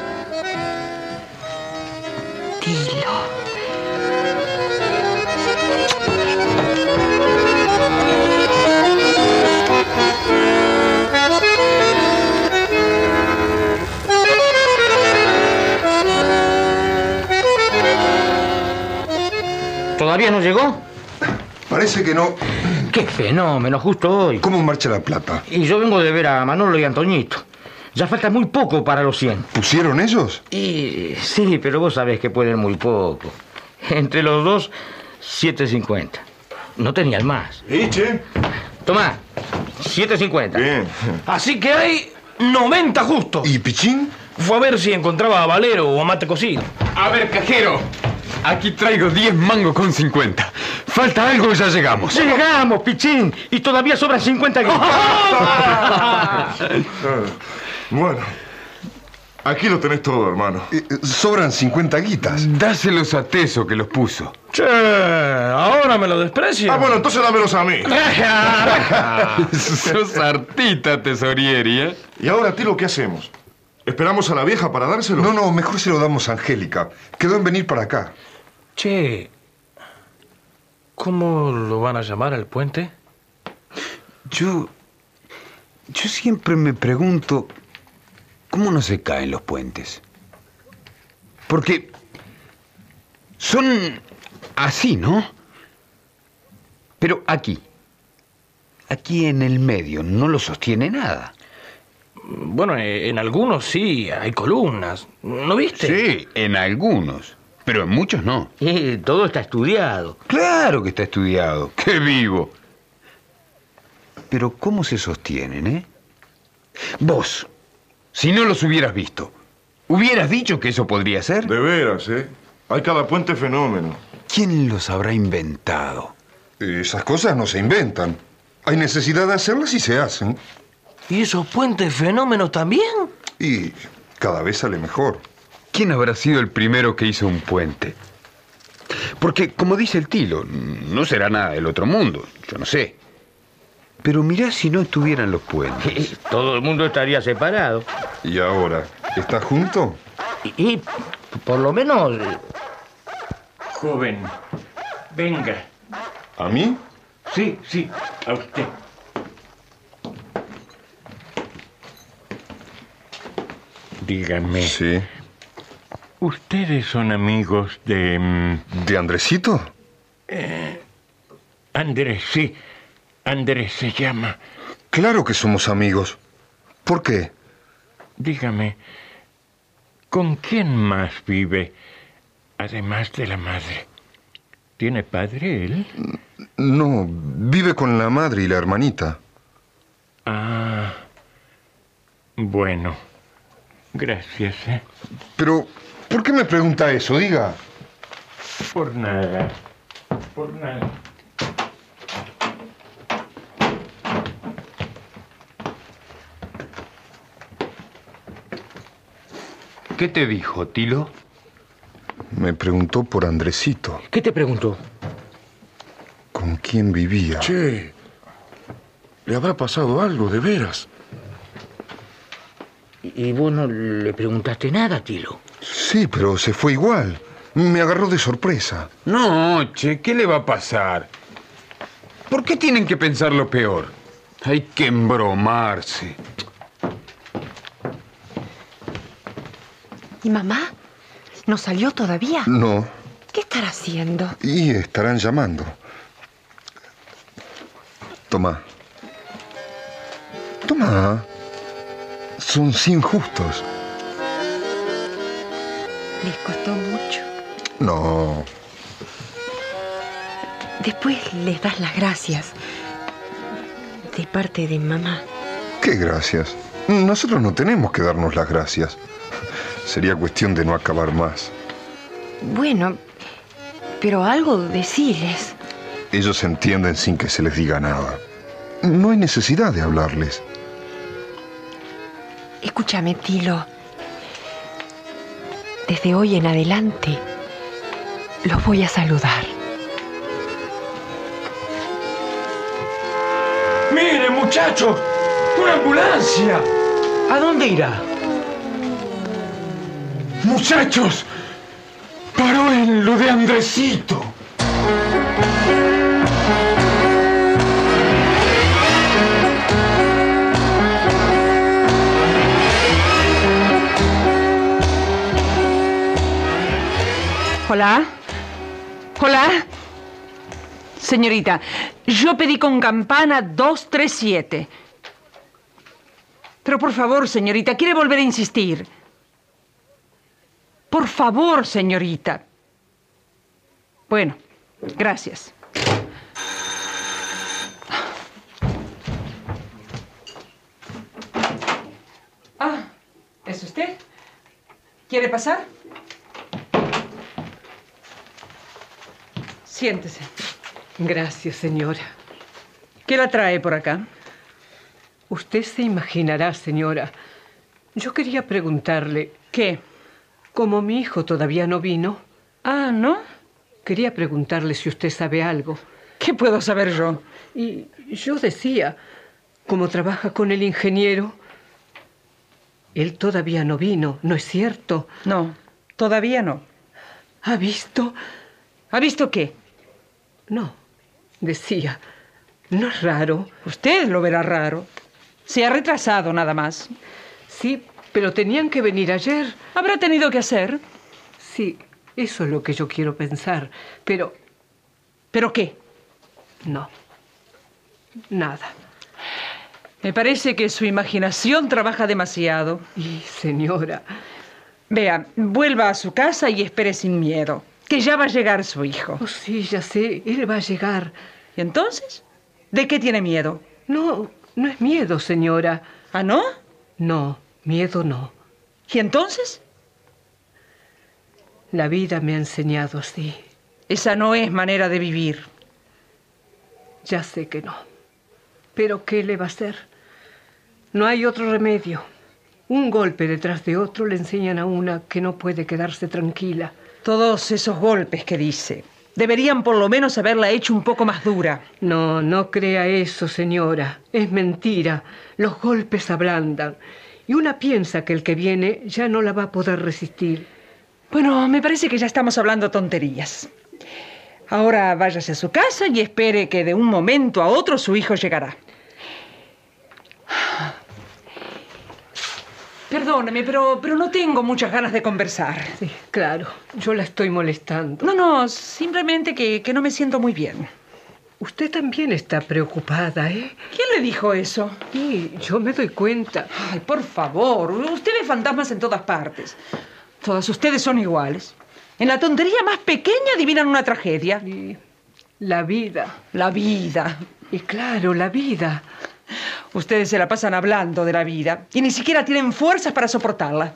Speaker 10: ¿Todavía no llegó?
Speaker 13: Parece que no.
Speaker 10: Qué fenómeno, justo hoy.
Speaker 13: ¿Cómo marcha la plata?
Speaker 10: Y yo vengo de ver a Manolo y Antoñito. Ya falta muy poco para los 100.
Speaker 13: ¿Pusieron ellos?
Speaker 10: Y, sí, pero vos sabés que pueden muy poco. Entre los dos, 7.50. No tenían más.
Speaker 8: ¿Y, che?
Speaker 10: Tomá, 7.50.
Speaker 8: Bien.
Speaker 7: Así que hay 90 justos.
Speaker 13: ¿Y Pichín?
Speaker 7: Fue a ver si encontraba a Valero o a Mate Cocido.
Speaker 5: A ver, cajero. Aquí traigo 10 mangos con 50. Falta algo y ya llegamos.
Speaker 10: Llegamos, Pichín. Y todavía sobran 50 guineos.
Speaker 13: Bueno.
Speaker 8: Aquí lo tenés todo, hermano.
Speaker 13: Eh, sobran 50 guitas.
Speaker 5: Dáselos a Teso que los puso.
Speaker 7: Che, ahora me lo desprecio.
Speaker 8: Ah, bueno, entonces dámelos a mí.
Speaker 5: Sos artista, tesorieri, ¿eh?
Speaker 8: Y ahora, Tilo, ¿qué hacemos? ¿Esperamos a la vieja para dárselo?
Speaker 13: No, no, mejor se lo damos a Angélica. Quedó en venir para acá.
Speaker 7: Che, ¿cómo lo van a llamar al puente?
Speaker 2: Yo. Yo siempre me pregunto. ¿Cómo no se caen los puentes? Porque. Son así, ¿no? Pero aquí. Aquí en el medio no lo sostiene nada.
Speaker 7: Bueno, eh, en algunos sí, hay columnas. ¿No viste?
Speaker 2: Sí, en algunos. Pero en muchos no.
Speaker 7: Eh,
Speaker 10: todo está estudiado.
Speaker 2: Claro que está estudiado. ¡Qué vivo! Pero ¿cómo se sostienen, eh? Vos, si no los hubieras visto, ¿hubieras dicho que eso podría ser?
Speaker 8: De veras, ¿eh? Hay cada
Speaker 13: Este
Speaker 8: puente fenómeno.
Speaker 2: ¿Quién los habrá inventado?
Speaker 13: Esas cosas no se inventan. Hay necesidad de hacerlas y se hacen.
Speaker 7: ¿Y esos puentes fenómenos también?
Speaker 13: Y cada vez sale mejor.
Speaker 5: ¿Quién habrá sido el primero que hizo un puente?
Speaker 2: Porque, como dice el Tilo, no será nada del otro mundo, yo no sé. Pero mirá si no estuvieran los puentes.
Speaker 10: Todo el mundo estaría separado.
Speaker 13: ¿Y ahora? ¿Está junto?
Speaker 10: Y, y, por lo menos eh,
Speaker 4: joven. Venga.
Speaker 13: ¿A mí?
Speaker 4: Sí, sí, a usted. Dígame.
Speaker 13: Sí.
Speaker 4: ¿Ustedes son amigos de... mm,
Speaker 13: ¿De Andresito?
Speaker 4: eh, Andrés, sí. Andrés se llama.
Speaker 13: Claro que somos amigos. ¿Por qué?
Speaker 4: Dígame, ¿con quién más vive, además de la madre? ¿Tiene padre él?
Speaker 13: No, vive con la madre y la hermanita.
Speaker 4: Ah, bueno. Gracias, ¿eh?
Speaker 13: Pero, ¿por qué me pregunta eso? Diga.
Speaker 4: Por nada. Por nada.
Speaker 5: ¿Qué te dijo, Tilo?
Speaker 13: Me preguntó por Andresito.
Speaker 10: ¿Qué te preguntó?
Speaker 13: ¿Con quién vivía?
Speaker 21: Che, ¿le habrá pasado algo, de veras?
Speaker 10: Y y vos no le preguntaste nada, Tilo.
Speaker 13: Sí, pero se fue igual. Me agarró de sorpresa.
Speaker 5: No, che, ¿qué le va a pasar? ¿Por qué tienen que pensar lo peor? Hay que embromarse.
Speaker 12: ¿Y mamá? ¿No salió todavía?
Speaker 13: No,
Speaker 12: ¿Qué estará haciendo?
Speaker 13: y estarán llamando. Tomá. Tomá. Son sin justos.
Speaker 12: Les costó mucho.
Speaker 13: No,
Speaker 12: Después les das las gracias. De parte de mamá.
Speaker 13: qué gracias. Nosotros no tenemos que darnos las gracias. Sería cuestión de no acabar más.
Speaker 12: Bueno, pero algo deciles.
Speaker 13: Ellos se entienden sin que se les diga nada. No hay necesidad de hablarles.
Speaker 12: Escúchame, Tilo. Desde hoy en adelante los voy a saludar.
Speaker 7: ¡Mire, muchacho! ¡Una ambulancia! ¿A dónde irá?
Speaker 22: Muchachos, paró en lo de Andresito.
Speaker 1: Hola. Hola. Señorita, yo pedí con campana 237. Pero por favor, señorita, quiere volver a insistir. Por favor, señorita. Bueno, gracias. Ah, ¿es usted? ¿Quiere pasar? Siéntese.
Speaker 2: Gracias, señora.
Speaker 1: ¿Qué la trae por acá?
Speaker 2: Usted se imaginará, señora. Yo quería preguntarle.
Speaker 1: ¿Qué?
Speaker 2: Como mi hijo todavía no vino.
Speaker 1: Ah, ¿no?
Speaker 2: Quería preguntarle si usted sabe algo.
Speaker 1: ¿Qué puedo saber yo?
Speaker 2: Y yo decía, como trabaja con el ingeniero, él todavía no vino, ¿no es cierto?
Speaker 1: No, todavía no.
Speaker 2: ¿Ha visto?
Speaker 1: ¿Ha visto qué?
Speaker 2: No, decía, no es raro.
Speaker 1: Usted lo verá raro. Se ha retrasado nada más.
Speaker 2: Sí, pero tenían que venir ayer.
Speaker 1: Habrá tenido que hacer.
Speaker 2: Sí, eso es lo que yo quiero pensar. Pero
Speaker 1: ¿Pero qué?
Speaker 2: no, nada.
Speaker 1: Me parece que su imaginación trabaja demasiado.
Speaker 2: Y señora,
Speaker 1: Vea, vuelva a su casa y espere sin miedo, que ya va a llegar su hijo.
Speaker 2: oh sí, ya sé, él va a llegar.
Speaker 1: ¿Y entonces? ¿De qué tiene miedo?
Speaker 2: No, no es miedo, señora.
Speaker 1: ¿Ah, no?
Speaker 2: No, miedo no.
Speaker 1: ¿Y entonces?
Speaker 2: La vida me ha enseñado así.
Speaker 1: Esa no es manera de vivir.
Speaker 2: Ya sé que no. Pero ¿qué le va a hacer? No hay otro remedio. Un golpe detrás de otro le enseñan a una que no puede quedarse tranquila.
Speaker 1: Todos esos golpes que dice. Deberían por lo menos haberla hecho un poco más dura.
Speaker 2: No, no crea eso, señora. Es mentira. Los golpes ablandan. Y una piensa que el que viene ya no la va a poder resistir.
Speaker 1: Bueno, me parece que ya estamos hablando tonterías. Ahora váyase a su casa y espere que de un momento a otro su hijo llegará. Perdóneme, pero, pero no tengo muchas ganas de conversar.
Speaker 2: Claro, yo la estoy molestando.
Speaker 1: No, no, simplemente que, que no me siento muy bien.
Speaker 2: Usted también está preocupada, ¿eh?
Speaker 1: ¿Quién le dijo eso?
Speaker 2: Sí, yo me doy cuenta.
Speaker 1: Ay, por favor, usted ve fantasmas en todas partes. Todas ustedes son iguales. En la tontería más pequeña adivinan una tragedia.
Speaker 2: La vida.
Speaker 1: La vida.
Speaker 2: Y claro, la vida.
Speaker 1: Ustedes se la pasan hablando de la vida y ni siquiera tienen fuerzas para soportarla.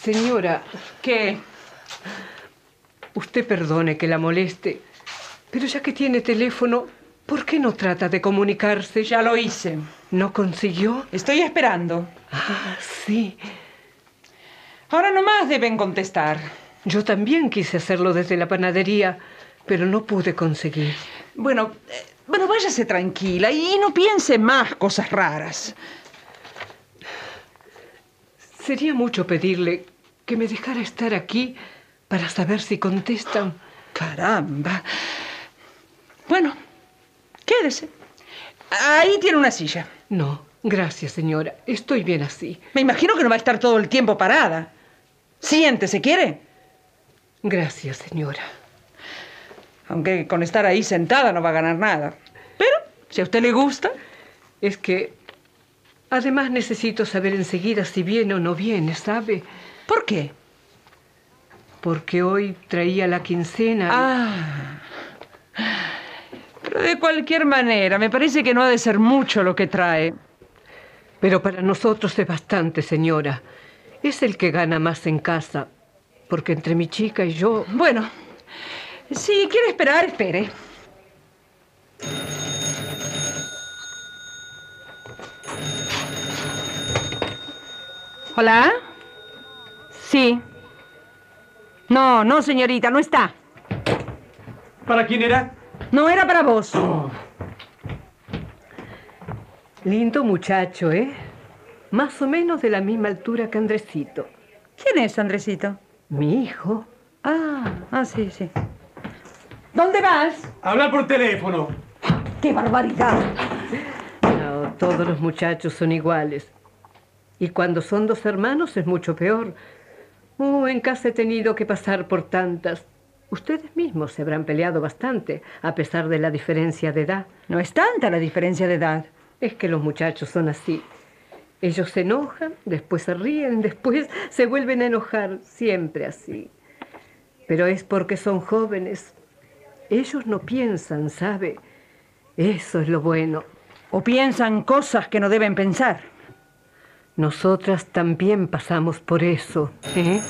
Speaker 2: Señora,
Speaker 1: ¿Qué?
Speaker 2: usted perdone que la moleste, pero ya que tiene teléfono, ¿por qué no trata de comunicarse?
Speaker 1: Ya lo hice.
Speaker 2: ¿No consiguió?
Speaker 1: Estoy esperando.
Speaker 2: Ah, sí.
Speaker 1: Ahora nomás deben contestar.
Speaker 2: Yo también quise hacerlo desde la panadería, pero no pude conseguir.
Speaker 1: Bueno, eh, bueno, váyase tranquila y no piense más cosas raras.
Speaker 2: Sería mucho pedirle que me dejara estar aquí para saber si contestan.
Speaker 1: Caramba. Bueno, quédese. Ahí tiene una silla.
Speaker 2: No, gracias, señora. Estoy bien así.
Speaker 1: Me imagino que no va a estar todo el tiempo parada. Siéntese, ¿quiere?
Speaker 2: Gracias, señora.
Speaker 1: Aunque con estar ahí sentada no va a ganar nada. Pero, si a usted le gusta.
Speaker 2: Es que además necesito saber enseguida si viene o no viene, ¿sabe?
Speaker 1: ¿Por qué?
Speaker 2: Porque hoy traía la quincena.
Speaker 1: Ah. Pero de cualquier manera, me parece que no ha de ser mucho lo que trae.
Speaker 2: Pero para nosotros es bastante, señora. Es el que gana más en casa. Porque entre mi chica y yo...
Speaker 1: Bueno, si quiere esperar, espere.
Speaker 18: ¿Hola? Sí. No, no, señorita, no está.
Speaker 20: ¿Para quién era?
Speaker 18: No era para vos.
Speaker 2: Lindo muchacho, ¿eh? Más o menos de la misma altura que Andresito.
Speaker 18: ¿Quién es Andresito?
Speaker 2: Mi hijo.
Speaker 18: Ah, ah, sí, sí. ¿Dónde vas?
Speaker 20: Hablar por teléfono.
Speaker 18: ¡Qué barbaridad!
Speaker 2: No, todos los muchachos son iguales. Y cuando son dos hermanos es mucho peor. Oh, en casa he tenido que pasar por tantas. Ustedes mismos se habrán peleado bastante, a pesar de la diferencia de edad.
Speaker 18: No es tanta la diferencia de edad.
Speaker 2: Es que los muchachos son así. Ellos se enojan, después se ríen, después se vuelven a enojar, siempre así. Pero es porque son jóvenes. Ellos no piensan, ¿sabe? Eso es lo bueno.
Speaker 18: O piensan cosas que no deben pensar.
Speaker 2: Nosotras también pasamos por eso, ¿eh?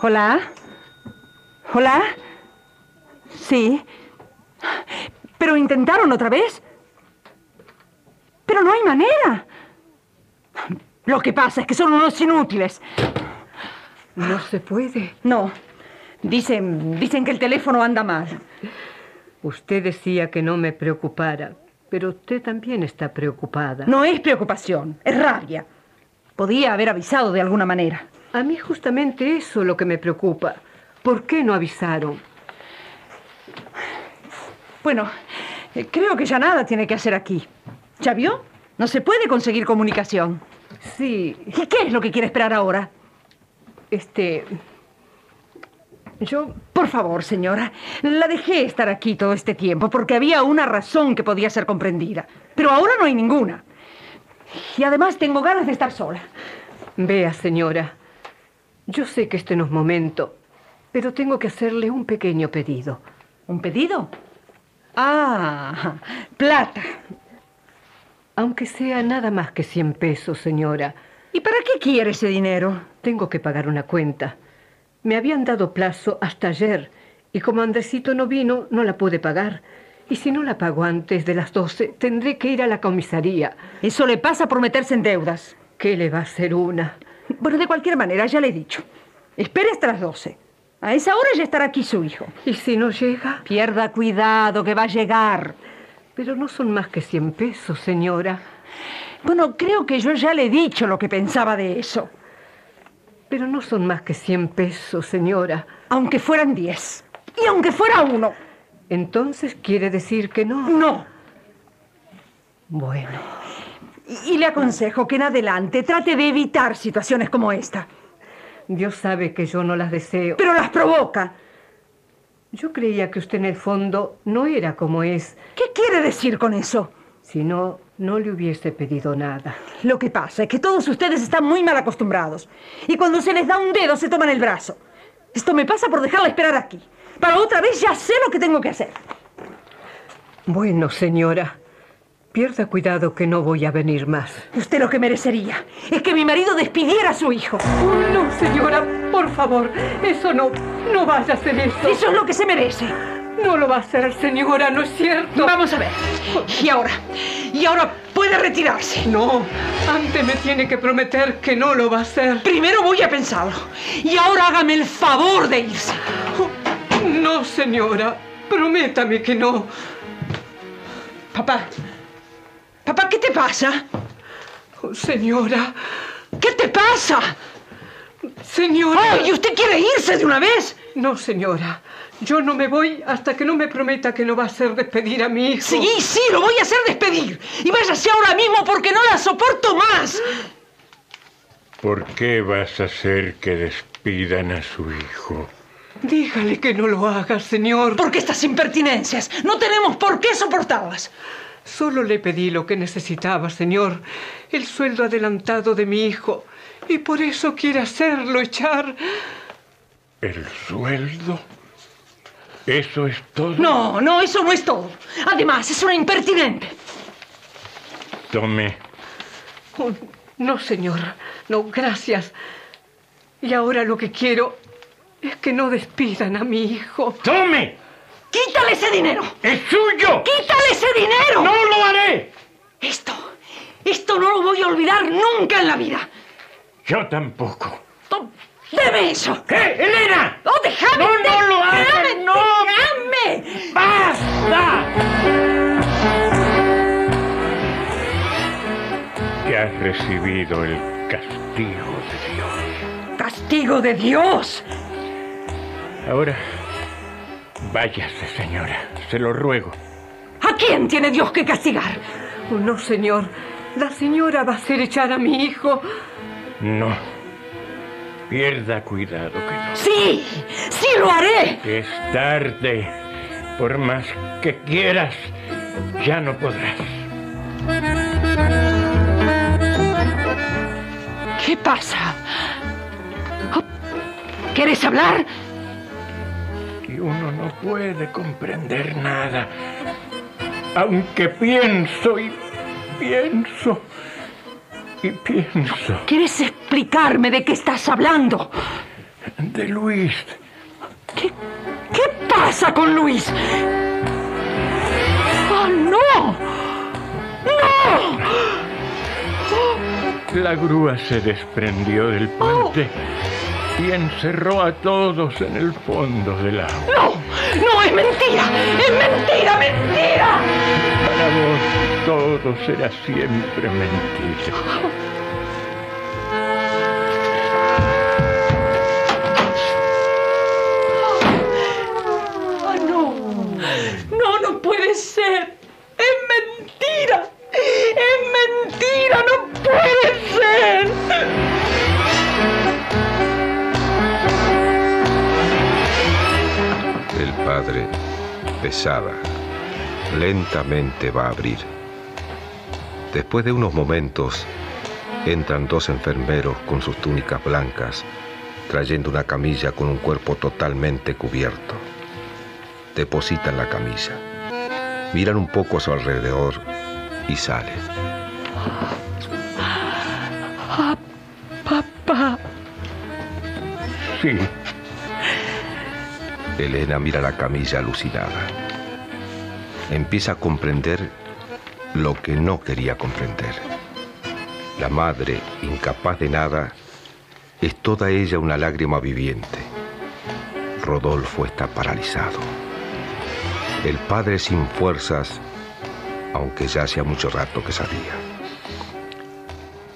Speaker 18: Hola. Hola. Sí. Pero intentaron otra vez. Pero no hay manera. Lo que pasa es que son unos inútiles.
Speaker 2: No se puede.
Speaker 18: No. Dicen, dicen que el teléfono anda mal.
Speaker 2: Usted decía que no me preocupara, pero usted también está preocupada.
Speaker 18: No es preocupación, es rabia. Podía haber avisado de alguna manera.
Speaker 2: A mí justamente eso lo que me preocupa. ¿Por qué no avisaron?
Speaker 18: Bueno, eh, creo que ya nada tiene que hacer aquí. ¿Ya vio? No se puede conseguir comunicación.
Speaker 2: Sí,
Speaker 18: ¿Y qué es lo que quiere esperar ahora?
Speaker 2: este... Yo...
Speaker 18: Por favor, señora, la dejé estar aquí todo este tiempo porque había una razón que podía ser comprendida. Pero ahora no hay ninguna. Y además tengo ganas de estar sola.
Speaker 2: Vea, señora, yo sé que este no es momento, pero tengo que hacerle un pequeño pedido.
Speaker 18: ¿Un pedido? Ah, plata.
Speaker 2: Aunque sea nada más que 100 pesos, señora.
Speaker 18: ¿Y para qué quiere ese dinero?
Speaker 2: Tengo que pagar una cuenta. Me habían dado plazo hasta ayer y como Andresito no vino, no la pude pagar. Y si no la pago antes de las 12, tendré que ir a la comisaría.
Speaker 18: Eso le pasa por meterse en deudas.
Speaker 2: ¿Qué le va a hacer una?
Speaker 18: Bueno, de cualquier manera, ya le he dicho. Espere hasta las 12. A esa hora ya estará aquí su hijo.
Speaker 2: ¿Y si no llega?
Speaker 18: Pierda cuidado, que va a llegar.
Speaker 2: Pero no son más que 100 pesos, señora.
Speaker 18: Bueno, creo que yo ya le he dicho lo que pensaba de eso.
Speaker 2: Pero no son más que 100 pesos, señora.
Speaker 23: Aunque fueran 10. Y aunque fuera uno. Mm.
Speaker 2: Entonces quiere decir que no.
Speaker 23: No.
Speaker 2: Bueno.
Speaker 23: Y, y le aconsejo que en adelante trate de evitar situaciones como esta.
Speaker 2: Dios sabe que yo no las deseo.
Speaker 23: Pero las provoca.
Speaker 2: Yo creía que usted en el fondo no era como es.
Speaker 23: ¿Qué quiere decir con eso?
Speaker 2: Si no, no le hubiese pedido nada.
Speaker 23: Lo que pasa es que todos ustedes están muy mal acostumbrados. Y cuando se les da un dedo, se toman el brazo. Esto me pasa por dejarla esperar aquí. Para otra vez ya sé lo que tengo que hacer.
Speaker 2: Bueno, señora, pierda cuidado que no voy a venir más.
Speaker 23: Usted lo que merecería es que mi marido despidiera a su hijo.
Speaker 2: No, señora, por favor, eso no, no vaya a hacer eso.
Speaker 23: Eso es lo que se merece.
Speaker 2: No lo va a hacer, señora, ¿no es cierto?
Speaker 23: Vamos a ver. Y ahora, y ahora puede retirarse.
Speaker 2: No, antes me tiene que prometer que no lo va a hacer.
Speaker 23: Primero voy a pensarlo. Y ahora hágame el favor de irse.
Speaker 2: No, señora, prométame que no.
Speaker 23: Papá, papá, ¿qué te pasa?
Speaker 2: Oh, señora,
Speaker 23: ¿qué te pasa?
Speaker 2: Señora.
Speaker 23: ¡Ay, ¿y usted quiere irse de una vez!
Speaker 2: No, señora. Yo no me voy hasta que no me prometa que no va a hacer despedir a mi hijo.
Speaker 23: Sí, sí, lo voy a hacer despedir. Y váyase ahora mismo porque no la soporto más.
Speaker 4: ¿Por qué vas a hacer que despidan a su hijo?
Speaker 2: Dígale que no lo haga, señor.
Speaker 23: Porque estas impertinencias no tenemos por qué soportarlas.
Speaker 2: Solo le pedí lo que necesitaba, señor. El sueldo adelantado de mi hijo. Y por eso quiere hacerlo echar.
Speaker 4: ¿El sueldo? ¿Eso es todo?
Speaker 23: No, no, eso no es todo. Además, es una impertinente.
Speaker 4: Tome.
Speaker 2: Oh, no, señor. No, gracias. Y ahora lo que quiero es que no despidan a mi hijo.
Speaker 4: ¡Tome!
Speaker 23: ¡Quítale ese dinero!
Speaker 4: ¡Es suyo!
Speaker 23: ¡Quítale ese dinero!
Speaker 4: ¡No lo haré!
Speaker 23: Esto, esto no lo voy a olvidar nunca en la vida.
Speaker 4: Yo tampoco.
Speaker 23: Tom, ¡Deme eso!
Speaker 4: ¡Eh, Elena!
Speaker 23: ¡No, déjame!
Speaker 4: ¡No, no lo hagas!
Speaker 23: déjame,
Speaker 4: ¡No!
Speaker 23: ¡Déjame!
Speaker 4: ¡Basta! Ya has recibido el castigo de Dios.
Speaker 23: ¡Castigo de Dios!
Speaker 4: Ahora, váyase, señora. Se lo ruego.
Speaker 23: ¿A quién tiene Dios que castigar?
Speaker 2: Oh, no, señor. La señora va a hacer echar a mi hijo.
Speaker 4: No. Pierda cuidado que no.
Speaker 23: ¡Sí! ¡Sí lo haré!
Speaker 4: Es tarde. Por más que quieras, ya no podrás.
Speaker 23: ¿Qué pasa? Oh, ¿Quieres hablar?
Speaker 4: Y uno no puede comprender nada. Aunque pienso y pienso y pienso.
Speaker 23: ¿Quieres explicarme de qué estás hablando?
Speaker 4: De Luis.
Speaker 23: ¿Qué, qué pasa con Luis? ¡Oh, no! ¡No!
Speaker 4: La grúa se desprendió del puente oh. y encerró a todos en el fondo del agua.
Speaker 23: ¡No! ¡No! ¡Es mentira! ¡Es mentira! ¡Mentira!
Speaker 4: Para vos todo será siempre mentira.
Speaker 23: Ah, No, no puede ser. Es mentira. Es mentira. No puede ser.
Speaker 11: El padre pesaba. Lentamente va a abrir. Después de unos momentos, entran dos enfermeros con sus túnicas blancas, trayendo una camilla con un cuerpo totalmente cubierto depositan la camisa. Miran un poco a su alrededor y salen.
Speaker 23: Ah, papá.
Speaker 4: Sí.
Speaker 11: Elena mira la camilla alucinada. Empieza a comprender lo que no quería comprender. La madre, incapaz de nada, es toda ella una lágrima viviente. Rodolfo está paralizado. El padre sin fuerzas, aunque ya hacía mucho rato que sabía.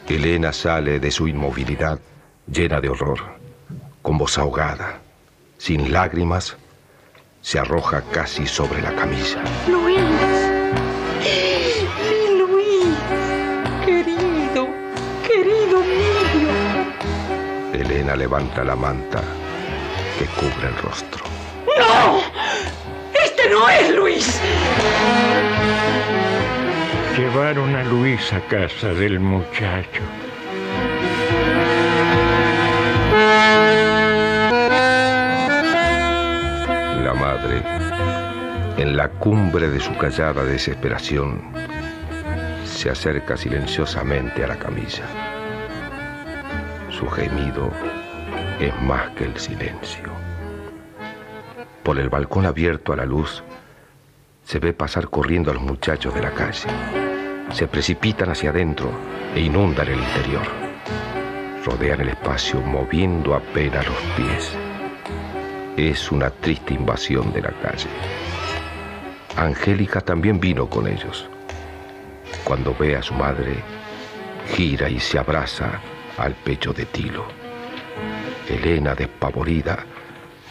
Speaker 11: Elena sale de su inmovilidad llena de horror, con voz ahogada, sin lágrimas, se arroja casi sobre la camilla.
Speaker 24: Luis. Mi Luis. Querido. Querido mío.
Speaker 11: Elena levanta la manta que cubre el rostro.
Speaker 24: ¡No! ¡Este no es Luis!
Speaker 4: Llevaron a Luis a casa del muchacho.
Speaker 11: La madre, en la cumbre de su callada desesperación, se acerca silenciosamente a la camilla. Su gemido es más que el silencio. Por el balcón abierto a la luz, se ve pasar corriendo a los muchachos de la calle. Se precipitan hacia adentro e inundan el interior. Rodean el espacio moviendo apenas los pies. Es una triste invasión de la calle. Angélica también vino con ellos. Cuando ve a su madre, gira y se abraza al pecho de Tilo. Elena, despavorida,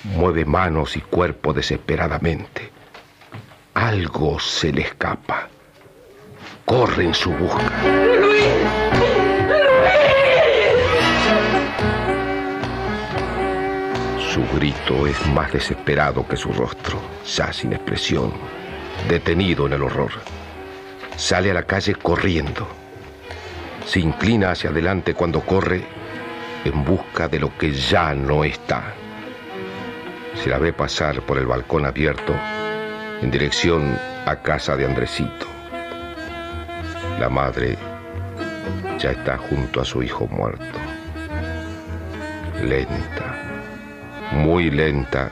Speaker 11: mueve manos y cuerpo desesperadamente. Algo se le escapa. Corre en su busca. Su grito es más desesperado que su rostro, ya sin expresión, detenido en el horror. Sale a la calle corriendo. Se inclina hacia adelante cuando corre en busca de lo que ya no está. Se la ve pasar por el balcón abierto en dirección a casa de Andresito. La madre ya está junto a su hijo muerto. Lenta, muy lenta,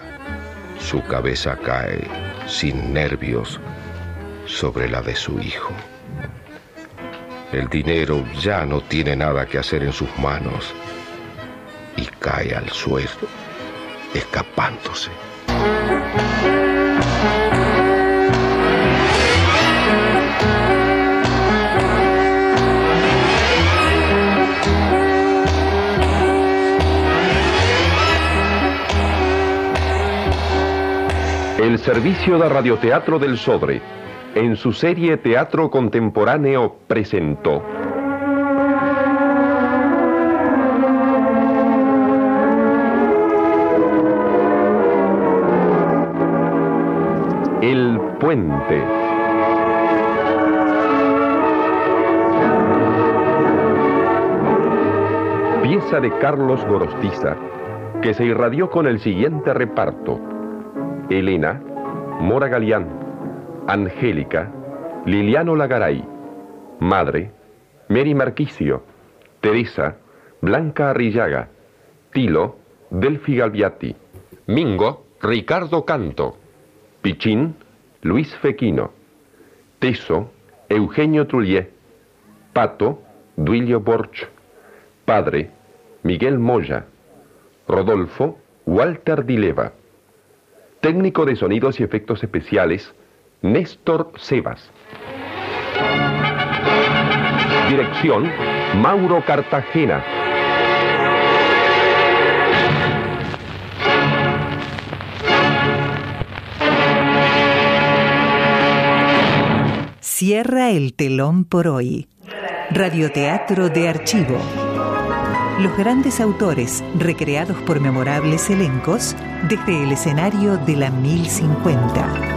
Speaker 11: su cabeza cae sin nervios sobre la de su hijo. El dinero ya no tiene nada que hacer en sus manos y cae al suelo, escapándose.
Speaker 6: El servicio de radioteatro del Sobre, en su serie Teatro Contemporáneo, presentó El Puente. Pieza de Carlos Gorostiza, que se irradió con el siguiente reparto. Elena, Mora Galeán, Angélica, Liliano Lagaray, Madre, Mary Marquicio, Teresa, Blanca Arrillaga, Tilo, Delfi Galviati, Mingo, Ricardo Canto, Pichín, Luis Fequino, Teso, Eugenio Trullié, Pato, Duilio Borch, Padre, Miguel Moya, Rodolfo, Walter Dileva. Técnico de Sonidos y Efectos Especiales, Néstor Sebas. Dirección, Mauro Cartagena.
Speaker 3: Cierra el telón por hoy. Radioteatro de archivo. Los grandes autores, recreados por memorables elencos, desde el escenario de la 1050.